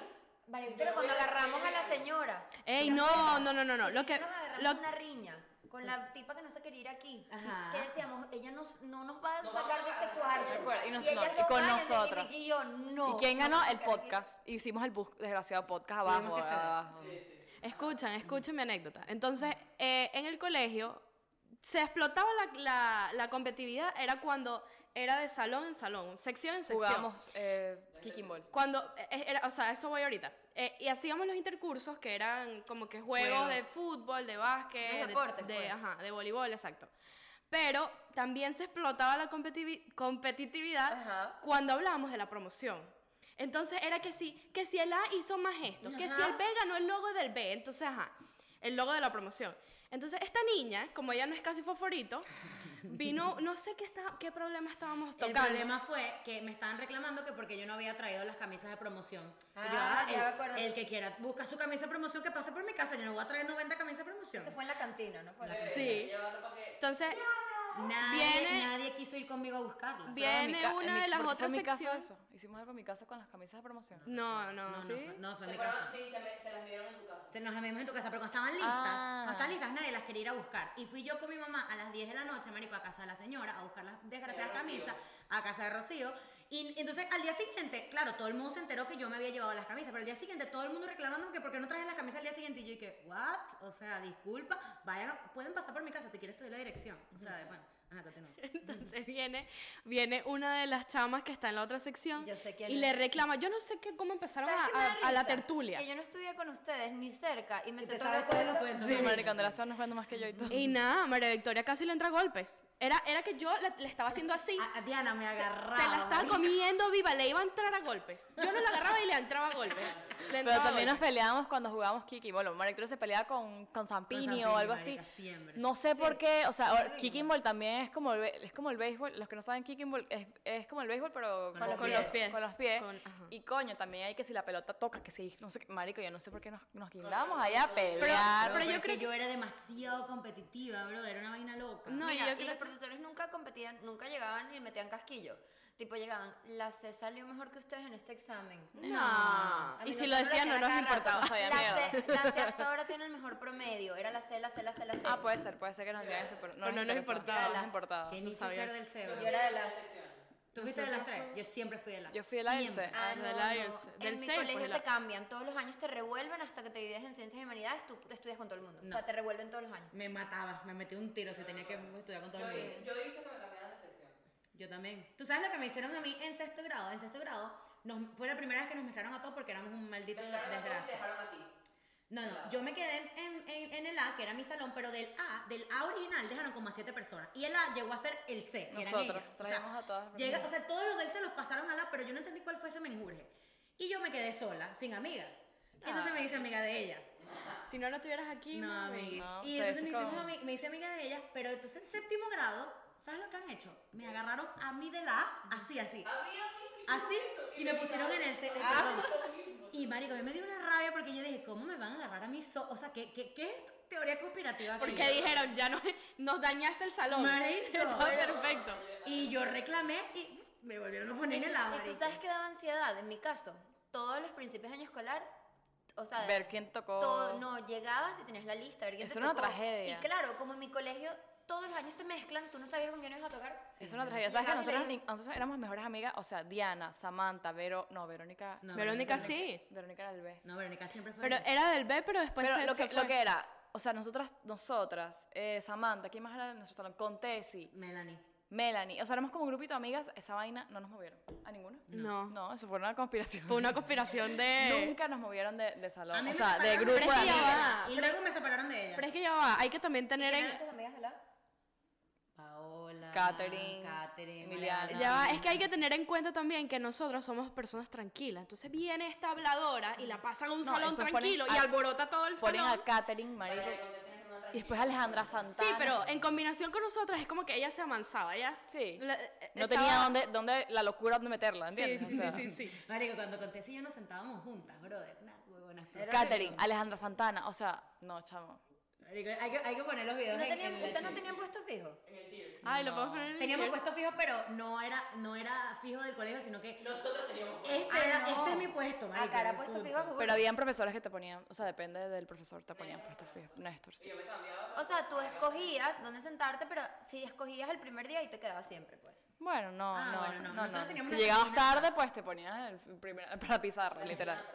Speaker 1: Vale, pero cuando agarramos a la señora.
Speaker 5: Ey,
Speaker 1: ¿te das
Speaker 5: no,
Speaker 1: cuenta?
Speaker 5: no, no, no, no. Eh, Lo que.
Speaker 1: Nos agarramos
Speaker 5: Lo,
Speaker 1: una riña con la tipa que no se quería ir aquí.
Speaker 3: Ajá.
Speaker 1: Que decíamos, ella nos, no nos va a
Speaker 7: Nos
Speaker 1: sacar
Speaker 7: vamos
Speaker 1: de
Speaker 7: a
Speaker 1: este
Speaker 7: cagar.
Speaker 2: De
Speaker 1: cuarto.
Speaker 2: acuerdo, y nosotros,
Speaker 1: ellas
Speaker 2: y
Speaker 1: dos
Speaker 2: con
Speaker 1: van, entonces,
Speaker 2: nosotros.
Speaker 1: Y yo, no.
Speaker 2: ¿Y quién
Speaker 1: no
Speaker 2: ganó?
Speaker 1: nos
Speaker 2: El
Speaker 1: sacar aquí.
Speaker 2: podcast. Hicimos el bus- desgraciado podcast abajo.
Speaker 3: que cerrar.
Speaker 2: abajo.
Speaker 7: Sí, sí.
Speaker 5: escuchan, escuchen mi anécdota. Entonces, eh, en el colegio se explotaba la, la, la competitividad, era cuando era de salón en salón, sección en sección.
Speaker 2: Jugamos eh, kicking ball.
Speaker 5: Cuando, eh, era- o sea, eso voy ahorita. Eh, y hacíamos los intercursos que eran como que juegos
Speaker 2: Juegos.
Speaker 5: de fútbol, de básquet,
Speaker 1: Los
Speaker 5: de-
Speaker 1: deportes,
Speaker 5: de,
Speaker 1: pues.
Speaker 5: ajá, de voleibol, exacto. Pero también se explotaba la competitivi- competitividad
Speaker 1: Ajá.
Speaker 5: cuando hablábamos de la promoción. Entonces era que sí, que si el A hizo más esto, que si el B ganó el logo del B, entonces ajá, el logo de la promoción. Entonces esta niña, como ella no es casi fosforito, vino, no sé qué, está, qué problema estábamos
Speaker 3: El
Speaker 5: tocando.
Speaker 3: problema fue que me estaban reclamando que porque yo no había traído las camisas de promoción. Y yo,
Speaker 1: Ah, ya
Speaker 3: el,
Speaker 1: me acuerdo.
Speaker 3: el que quiera busca su camisa de promoción que pase por mi casa. Yo no voy a traer 90 camisas de promoción.
Speaker 1: Se fue en la cantina, ¿no? Fue en la
Speaker 5: Sí. Entonces
Speaker 3: Nadie,
Speaker 5: Viene-
Speaker 3: nadie quiso ir conmigo a buscarla.
Speaker 5: Viene
Speaker 2: Fue en mi ca-
Speaker 5: una
Speaker 2: en mi-
Speaker 5: de las
Speaker 2: fue- fue
Speaker 5: otras
Speaker 2: en mi casa
Speaker 5: secciones.
Speaker 2: eso. Hicimos algo en mi casa con las camisas de promoción.
Speaker 5: no, no,
Speaker 3: No, no,
Speaker 2: ¿Sí?
Speaker 3: fue- no, fue en
Speaker 7: Se
Speaker 3: mi
Speaker 7: fueron-
Speaker 3: casa.
Speaker 7: sí, se, me- se las dieron en tu casa.
Speaker 3: Se nos amemos en tu casa, pero cuando estaban listas,
Speaker 2: Ah.
Speaker 3: cuando estaban listas, nadie las quería ir a buscar. Y fui yo con mi mamá a las 10 de la noche, marico, a casa de la señora, a buscar las desgraciadas
Speaker 7: De Rocío.
Speaker 3: camisas, a casa de Rocío. Y entonces al día siguiente, claro, todo el mundo se enteró que yo me había llevado las camisas, pero al día siguiente todo el mundo reclamando que por qué no traje las camisas al día siguiente. Y yo dije, ¿what? O sea, disculpa, vayan, pueden pasar por mi casa, te quieres estudiar la dirección. O sea, de- bueno, ajá, continúa.
Speaker 5: Entonces viene, viene una de las chamas que está en la otra sección
Speaker 1: Yo sé quién
Speaker 5: y
Speaker 1: es.
Speaker 5: le reclama. Yo no sé qué, cómo empezaron
Speaker 1: ¿Sabes
Speaker 5: a,
Speaker 1: qué me da
Speaker 5: a- a la
Speaker 1: risa?
Speaker 5: tertulia.
Speaker 1: Que yo no estudié con ustedes ni cerca y me
Speaker 3: Y
Speaker 1: sé
Speaker 3: te
Speaker 1: todos los
Speaker 3: sabes todos los
Speaker 1: cuentos.
Speaker 3: cuentos.
Speaker 2: Sí,
Speaker 3: Sí.
Speaker 2: marica, Andrea Sá nos vende más que yo y todo.
Speaker 5: Y nada, María Victoria casi le entra a golpes. Era, era que yo la- le estaba haciendo así.
Speaker 3: A, a Ah, Diana me agarraba.
Speaker 5: Se la estaba
Speaker 3: marico.
Speaker 5: comiendo viva, le iba a entrar a golpes. Yo no la agarraba y le entraba a golpes. Le
Speaker 2: Pero
Speaker 5: entraba a
Speaker 2: también nos
Speaker 5: golpes.
Speaker 2: peleábamos cuando jugábamos Kiki. Bueno, María Victoria se peleaba con, con Zampini
Speaker 3: Con
Speaker 2: o
Speaker 3: Zampini,
Speaker 2: algo así.
Speaker 3: marica, siempre.
Speaker 2: No sé por qué, o sea, ahora,
Speaker 1: Sí.
Speaker 2: kicking ball también es como el, be- es como el béisbol, los que no saben kicking ball es, es como el béisbol pero
Speaker 1: los
Speaker 2: con
Speaker 1: pies.
Speaker 2: los pies, con los pies.
Speaker 5: Con- ajá.
Speaker 2: y coño, también hay que si la pelota toca, que si no sé, qué- marico, yo no sé por qué nos, nos guindamos allá a pelear.
Speaker 5: Pero
Speaker 3: Pero
Speaker 5: yo
Speaker 3: yo creo
Speaker 5: creo
Speaker 3: que yo era demasiado competitiva, bro, era una vaina loca.
Speaker 5: No,
Speaker 1: Mira,
Speaker 5: y yo
Speaker 1: y
Speaker 5: creo
Speaker 1: los
Speaker 5: que-
Speaker 1: profesores nunca competían, nunca llegaban y metían casquillo. Tipo, llegaban, la C salió mejor que ustedes en este examen.
Speaker 5: No.
Speaker 1: A
Speaker 5: Y
Speaker 1: mí
Speaker 5: si
Speaker 1: nosotros
Speaker 5: lo decía,
Speaker 1: hacían
Speaker 5: no
Speaker 1: a
Speaker 5: nos
Speaker 1: cada rato,
Speaker 5: importaba.
Speaker 2: sabía
Speaker 1: La
Speaker 2: mierda.
Speaker 1: C, la C hasta ahora tiene el mejor promedio. Era la C, la C, la C, la C.
Speaker 2: ah,
Speaker 5: pues.
Speaker 2: puede ser, puede ser que nos digan eso, pero no,
Speaker 5: Pero no nos
Speaker 2: interesó,
Speaker 5: importaba.
Speaker 2: No nos importaba.
Speaker 3: Que
Speaker 5: no
Speaker 3: ni
Speaker 5: sabía.
Speaker 3: ser del CEO.
Speaker 1: Yo era de la...
Speaker 3: ¿Tú fuiste de las tres? Yo siempre fui de las
Speaker 2: Yo fui de la del
Speaker 3: siempre.
Speaker 2: C.
Speaker 1: Ah,
Speaker 5: de
Speaker 1: no,
Speaker 5: la
Speaker 1: no.
Speaker 5: IELTS, del
Speaker 1: En mi
Speaker 5: CEU, por
Speaker 1: colegio
Speaker 5: la-
Speaker 1: te cambian. Todos los años te revuelven hasta que te divides en ciencias y humanidades. Tú estudias con todo el mundo. O sea,
Speaker 3: No.
Speaker 1: te revuelven todos los años.
Speaker 3: Me mataba, me metí un tiro, se tenía que estudiar con todo
Speaker 7: Yo
Speaker 3: el mundo.
Speaker 7: hice, yo hice que me cambiaran de sección.
Speaker 3: Yo también. ¿Tú sabes lo que me hicieron a mí en sexto grado? En sexto grado nos- fue la primera vez que nos mezclaron a todos porque éramos un maldito
Speaker 7: Te dejaron a todos y te
Speaker 3: desgracia.
Speaker 7: dejaron a ti.
Speaker 3: No, no, yo me quedé en, en- en el A, que era mi salón, pero del A, del A original dejaron como a siete personas. Y el A llegó a ser el C, que eran
Speaker 2: Nosotros
Speaker 3: ellas. O sea,
Speaker 2: traíamos a todas. las
Speaker 3: Llega, o
Speaker 2: personas.
Speaker 3: sea, todos los del se los pasaron a la, pero yo no entendí cuál fue ese menjurje. Y yo me quedé sola, sin amigas. Y
Speaker 2: Ah.
Speaker 3: entonces me hice amiga de ellas.
Speaker 5: Si no, no estuvieras aquí.
Speaker 3: No,
Speaker 5: mami.
Speaker 3: amiguis.
Speaker 2: no,
Speaker 3: y
Speaker 2: ustedes
Speaker 3: entonces me hice,
Speaker 2: como-
Speaker 3: ami- me hice amiga de ellas, pero entonces en séptimo grado, ¿sabes lo que han hecho? Me agarraron a mí de la A, así, así.
Speaker 7: A mí, a mí me "Ah, hicieron
Speaker 3: Así,
Speaker 7: eso,
Speaker 3: y me pusieron en el C. el salón. Y marico, a mí me dio una rabia porque yo dije, ¿cómo me van a agarrar a mí? so- o sea, ¿qué, qué, qué es esta teoría conspirativa? que
Speaker 5: Porque
Speaker 3: yo-
Speaker 5: dijeron, ya nos, nos dañaste el salón.
Speaker 3: Marico.
Speaker 5: Estaba perfecto.
Speaker 3: Y yo reclamé y me volvieron a
Speaker 1: ¿Y
Speaker 3: poner
Speaker 1: tú,
Speaker 3: en la A.
Speaker 1: y tú
Speaker 3: marico.
Speaker 1: sabes que daba ansiedad? En mi caso, todos los principios de año escolar, o sea,
Speaker 2: ver quién tocó.
Speaker 1: todo, no, llegabas y tenías la lista. a ver quién
Speaker 2: Es
Speaker 1: te
Speaker 2: una
Speaker 1: tocó.
Speaker 2: tragedia.
Speaker 1: Y claro, como en mi colegio todos los años te mezclan, tú no sabías con quién ibas a tocar.
Speaker 2: Es una tragedia. ¿Sabes que
Speaker 1: Llegaba y
Speaker 2: nosotros,
Speaker 1: leías.
Speaker 2: ni- nosotros éramos mejores amigas? O sea, Diana, Samantha, Vero. No, Verónica.
Speaker 3: No,
Speaker 5: Verónica
Speaker 3: Verónica-
Speaker 5: sí.
Speaker 2: Verónica era el B.
Speaker 3: No, Verónica siempre fue.
Speaker 5: Pero
Speaker 3: así.
Speaker 5: era del B, pero después
Speaker 2: Pero
Speaker 5: se,
Speaker 2: lo
Speaker 5: se
Speaker 2: que,
Speaker 5: fue.
Speaker 2: lo que era, o sea, nosotras, nosotras, eh, Samantha, ¿quién más era en nuestro salón? Con Tessy,
Speaker 3: Melanie.
Speaker 2: Melanie. O sea, éramos como un grupito de amigas, esa vaina no nos movieron. ¿A ninguna?
Speaker 5: No.
Speaker 2: No, eso fue una conspiración.
Speaker 5: Fue una conspiración de...
Speaker 2: Nunca nos movieron de, de salón.
Speaker 3: A mí
Speaker 2: o
Speaker 3: me
Speaker 2: sea, de
Speaker 3: separaron,
Speaker 2: grupo de
Speaker 5: pero es que ya
Speaker 2: amigas.
Speaker 5: va,
Speaker 3: Y
Speaker 5: pero-
Speaker 3: luego me separaron de ella.
Speaker 5: Pero es que ya va, hay que también
Speaker 1: ¿Y
Speaker 5: tener
Speaker 1: quién
Speaker 5: en...
Speaker 1: eran tus amigas de la?
Speaker 3: Paola,
Speaker 2: Catherine,
Speaker 3: Catherine,
Speaker 2: Emiliana.
Speaker 3: Mariana.
Speaker 5: Ya va, es que hay que tener en cuenta también que nosotros somos personas tranquilas. Entonces viene esta habladora y la pasan a un
Speaker 2: No,
Speaker 5: salón
Speaker 2: después ponen
Speaker 5: tranquilo y
Speaker 2: a-
Speaker 5: alborota todo el
Speaker 2: Ponen
Speaker 5: salón.
Speaker 2: a Katherine, marico. Y después Alejandra
Speaker 5: Sí,
Speaker 2: Santana.
Speaker 5: pero en combinación con nosotras es como que ella se amansaba, ¿ya?
Speaker 2: Sí.
Speaker 5: La-
Speaker 2: No
Speaker 5: eh, estaba-
Speaker 2: tenía dónde, dónde la locura donde meterla,
Speaker 5: Sí,
Speaker 2: ¿entiendes?
Speaker 5: sí,
Speaker 2: O sea,
Speaker 5: sí, sí, sí.
Speaker 3: Marico, cuando conté sí, yo nos sentábamos juntas, brother. Una huevona.
Speaker 2: Katherine, Alejandra Santana, o sea, no, chamo.
Speaker 3: Marico, hay que, hay que poner los videos.
Speaker 1: ¿No
Speaker 3: en-
Speaker 1: tenían,
Speaker 3: en el-
Speaker 1: ¿Ustedes no tenían puesto fijo?
Speaker 5: Ay, lo
Speaker 2: No.
Speaker 5: puedo poner en el
Speaker 3: Teníamos
Speaker 5: izquierdo.
Speaker 3: puesto fijo, pero no era, no era fijo del colegio, sino que
Speaker 7: Nosotros teníamos
Speaker 3: este,
Speaker 1: Ah,
Speaker 3: era,
Speaker 1: no.
Speaker 3: este es mi puesto, marico.
Speaker 1: A cara
Speaker 3: y
Speaker 1: puesto
Speaker 3: punto.
Speaker 1: fijo, juro.
Speaker 2: Pero habían profesores que te ponían, o sea, depende del profesor, te ponían puestos fijos. Néstor, sí.
Speaker 1: O sea, tú escogías dónde sentarte, pero si escogías el primer día y te quedabas siempre, pues.
Speaker 2: Bueno, no,
Speaker 3: Ah,
Speaker 2: no,
Speaker 3: bueno, no,
Speaker 2: no, no,
Speaker 3: nosotros
Speaker 2: no.
Speaker 3: teníamos
Speaker 2: Si
Speaker 3: una
Speaker 2: llegabas
Speaker 3: oficina
Speaker 2: tarde, pues te ponías el primer, para la pizarra, literal.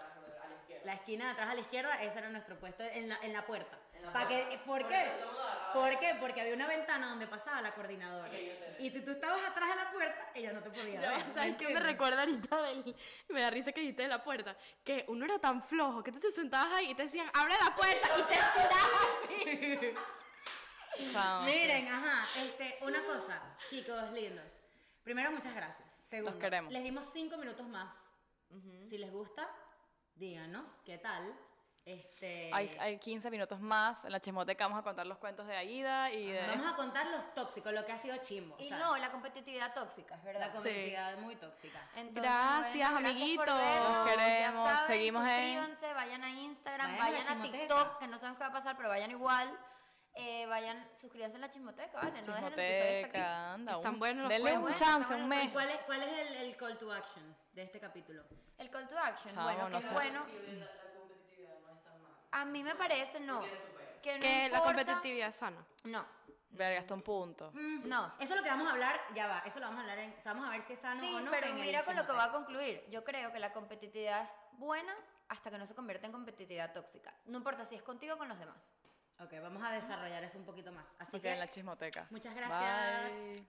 Speaker 3: La esquina de atrás a la izquierda, ese era nuestro puesto en la, en la puerta. Pa' que- ¿Por
Speaker 7: Por
Speaker 3: qué?
Speaker 7: eso todo el mundo agarraba.
Speaker 3: ¿Por qué? Porque había una ventana donde pasaba la coordinadora.
Speaker 7: Y ellos te-
Speaker 3: Y si tú estabas atrás de la puerta, ella no te podía
Speaker 5: Ya,
Speaker 3: ver.
Speaker 5: va, ¿Sabes qué me
Speaker 3: ¿entiendes?
Speaker 5: recuerda ahorita del... Me da risa que dijiste de la puerta. Que uno era tan flojo que tú te sentabas ahí y te decían, abre la puerta y te estirabas así.
Speaker 2: Chao, sí.
Speaker 3: Miren, ajá, este, una cosa, chicos lindos. Primero, muchas gracias. Segundo,
Speaker 2: Los queremos.
Speaker 3: les dimos cinco minutos más. Si les gusta, díganos qué tal. Este,
Speaker 2: Hay, hay 15 minutos más. En la chismoteca vamos a contar los cuentos de Aida y de.
Speaker 3: vamos a contar los tóxicos, lo que ha sido chimbo. o
Speaker 1: Y
Speaker 3: sea,
Speaker 1: no, la competitividad tóxica, es
Speaker 3: la
Speaker 1: verdad.
Speaker 3: comunidad muy tóxica.
Speaker 1: Entonces,
Speaker 5: Gracias,
Speaker 1: por
Speaker 5: amiguitos.
Speaker 1: vernos. Ya
Speaker 2: Queremos,
Speaker 1: saben,
Speaker 2: seguimos en-
Speaker 1: suscríbanse, vayan a Instagram,
Speaker 3: Vayan a la
Speaker 1: vayan, a
Speaker 3: Chismoteca.
Speaker 1: TikTok, que no sabemos qué va a pasar, pero vayan igual. Eh, vayan, suscríbanse en la chismoteca, ¿vale? No dejen el episodio hasta aquí.
Speaker 2: Chismoteca, anda.
Speaker 5: Están
Speaker 2: un-
Speaker 5: buenos los
Speaker 2: Denle
Speaker 5: cuentos.
Speaker 2: un
Speaker 1: Bueno,
Speaker 2: chance,
Speaker 1: están
Speaker 2: un
Speaker 1: buenos
Speaker 2: mes.
Speaker 3: ¿Y cuál es, cuál es el, el call to action de este capítulo?
Speaker 1: El call to action,
Speaker 2: Chao,
Speaker 1: bueno,
Speaker 2: no
Speaker 1: que es
Speaker 2: sé.
Speaker 1: bueno.
Speaker 7: La, la competitividad no es tan mala.
Speaker 1: A mí me parece, no.
Speaker 7: Tiene su peor.
Speaker 1: Que no
Speaker 5: Que la
Speaker 1: importa-
Speaker 5: competitividad es sana.
Speaker 1: No,
Speaker 2: Verga, hasta un punto.
Speaker 1: no.
Speaker 3: Eso es lo que vamos a hablar, ya va, eso lo vamos a hablar, en, o sea, vamos a ver si es sano o
Speaker 1: Sí,
Speaker 3: Ah, no.
Speaker 1: pero
Speaker 3: en el
Speaker 1: mira con lo que
Speaker 3: chismoteca.
Speaker 1: va a concluir. Yo creo que la competitividad es buena hasta que no se convierte en competitividad tóxica. No importa si es contigo o con los demás.
Speaker 3: Ok, vamos a desarrollar eso un poquito más. Así
Speaker 2: Porque en
Speaker 3: que
Speaker 2: la chismoteca.
Speaker 3: muchas gracias.
Speaker 2: Bye.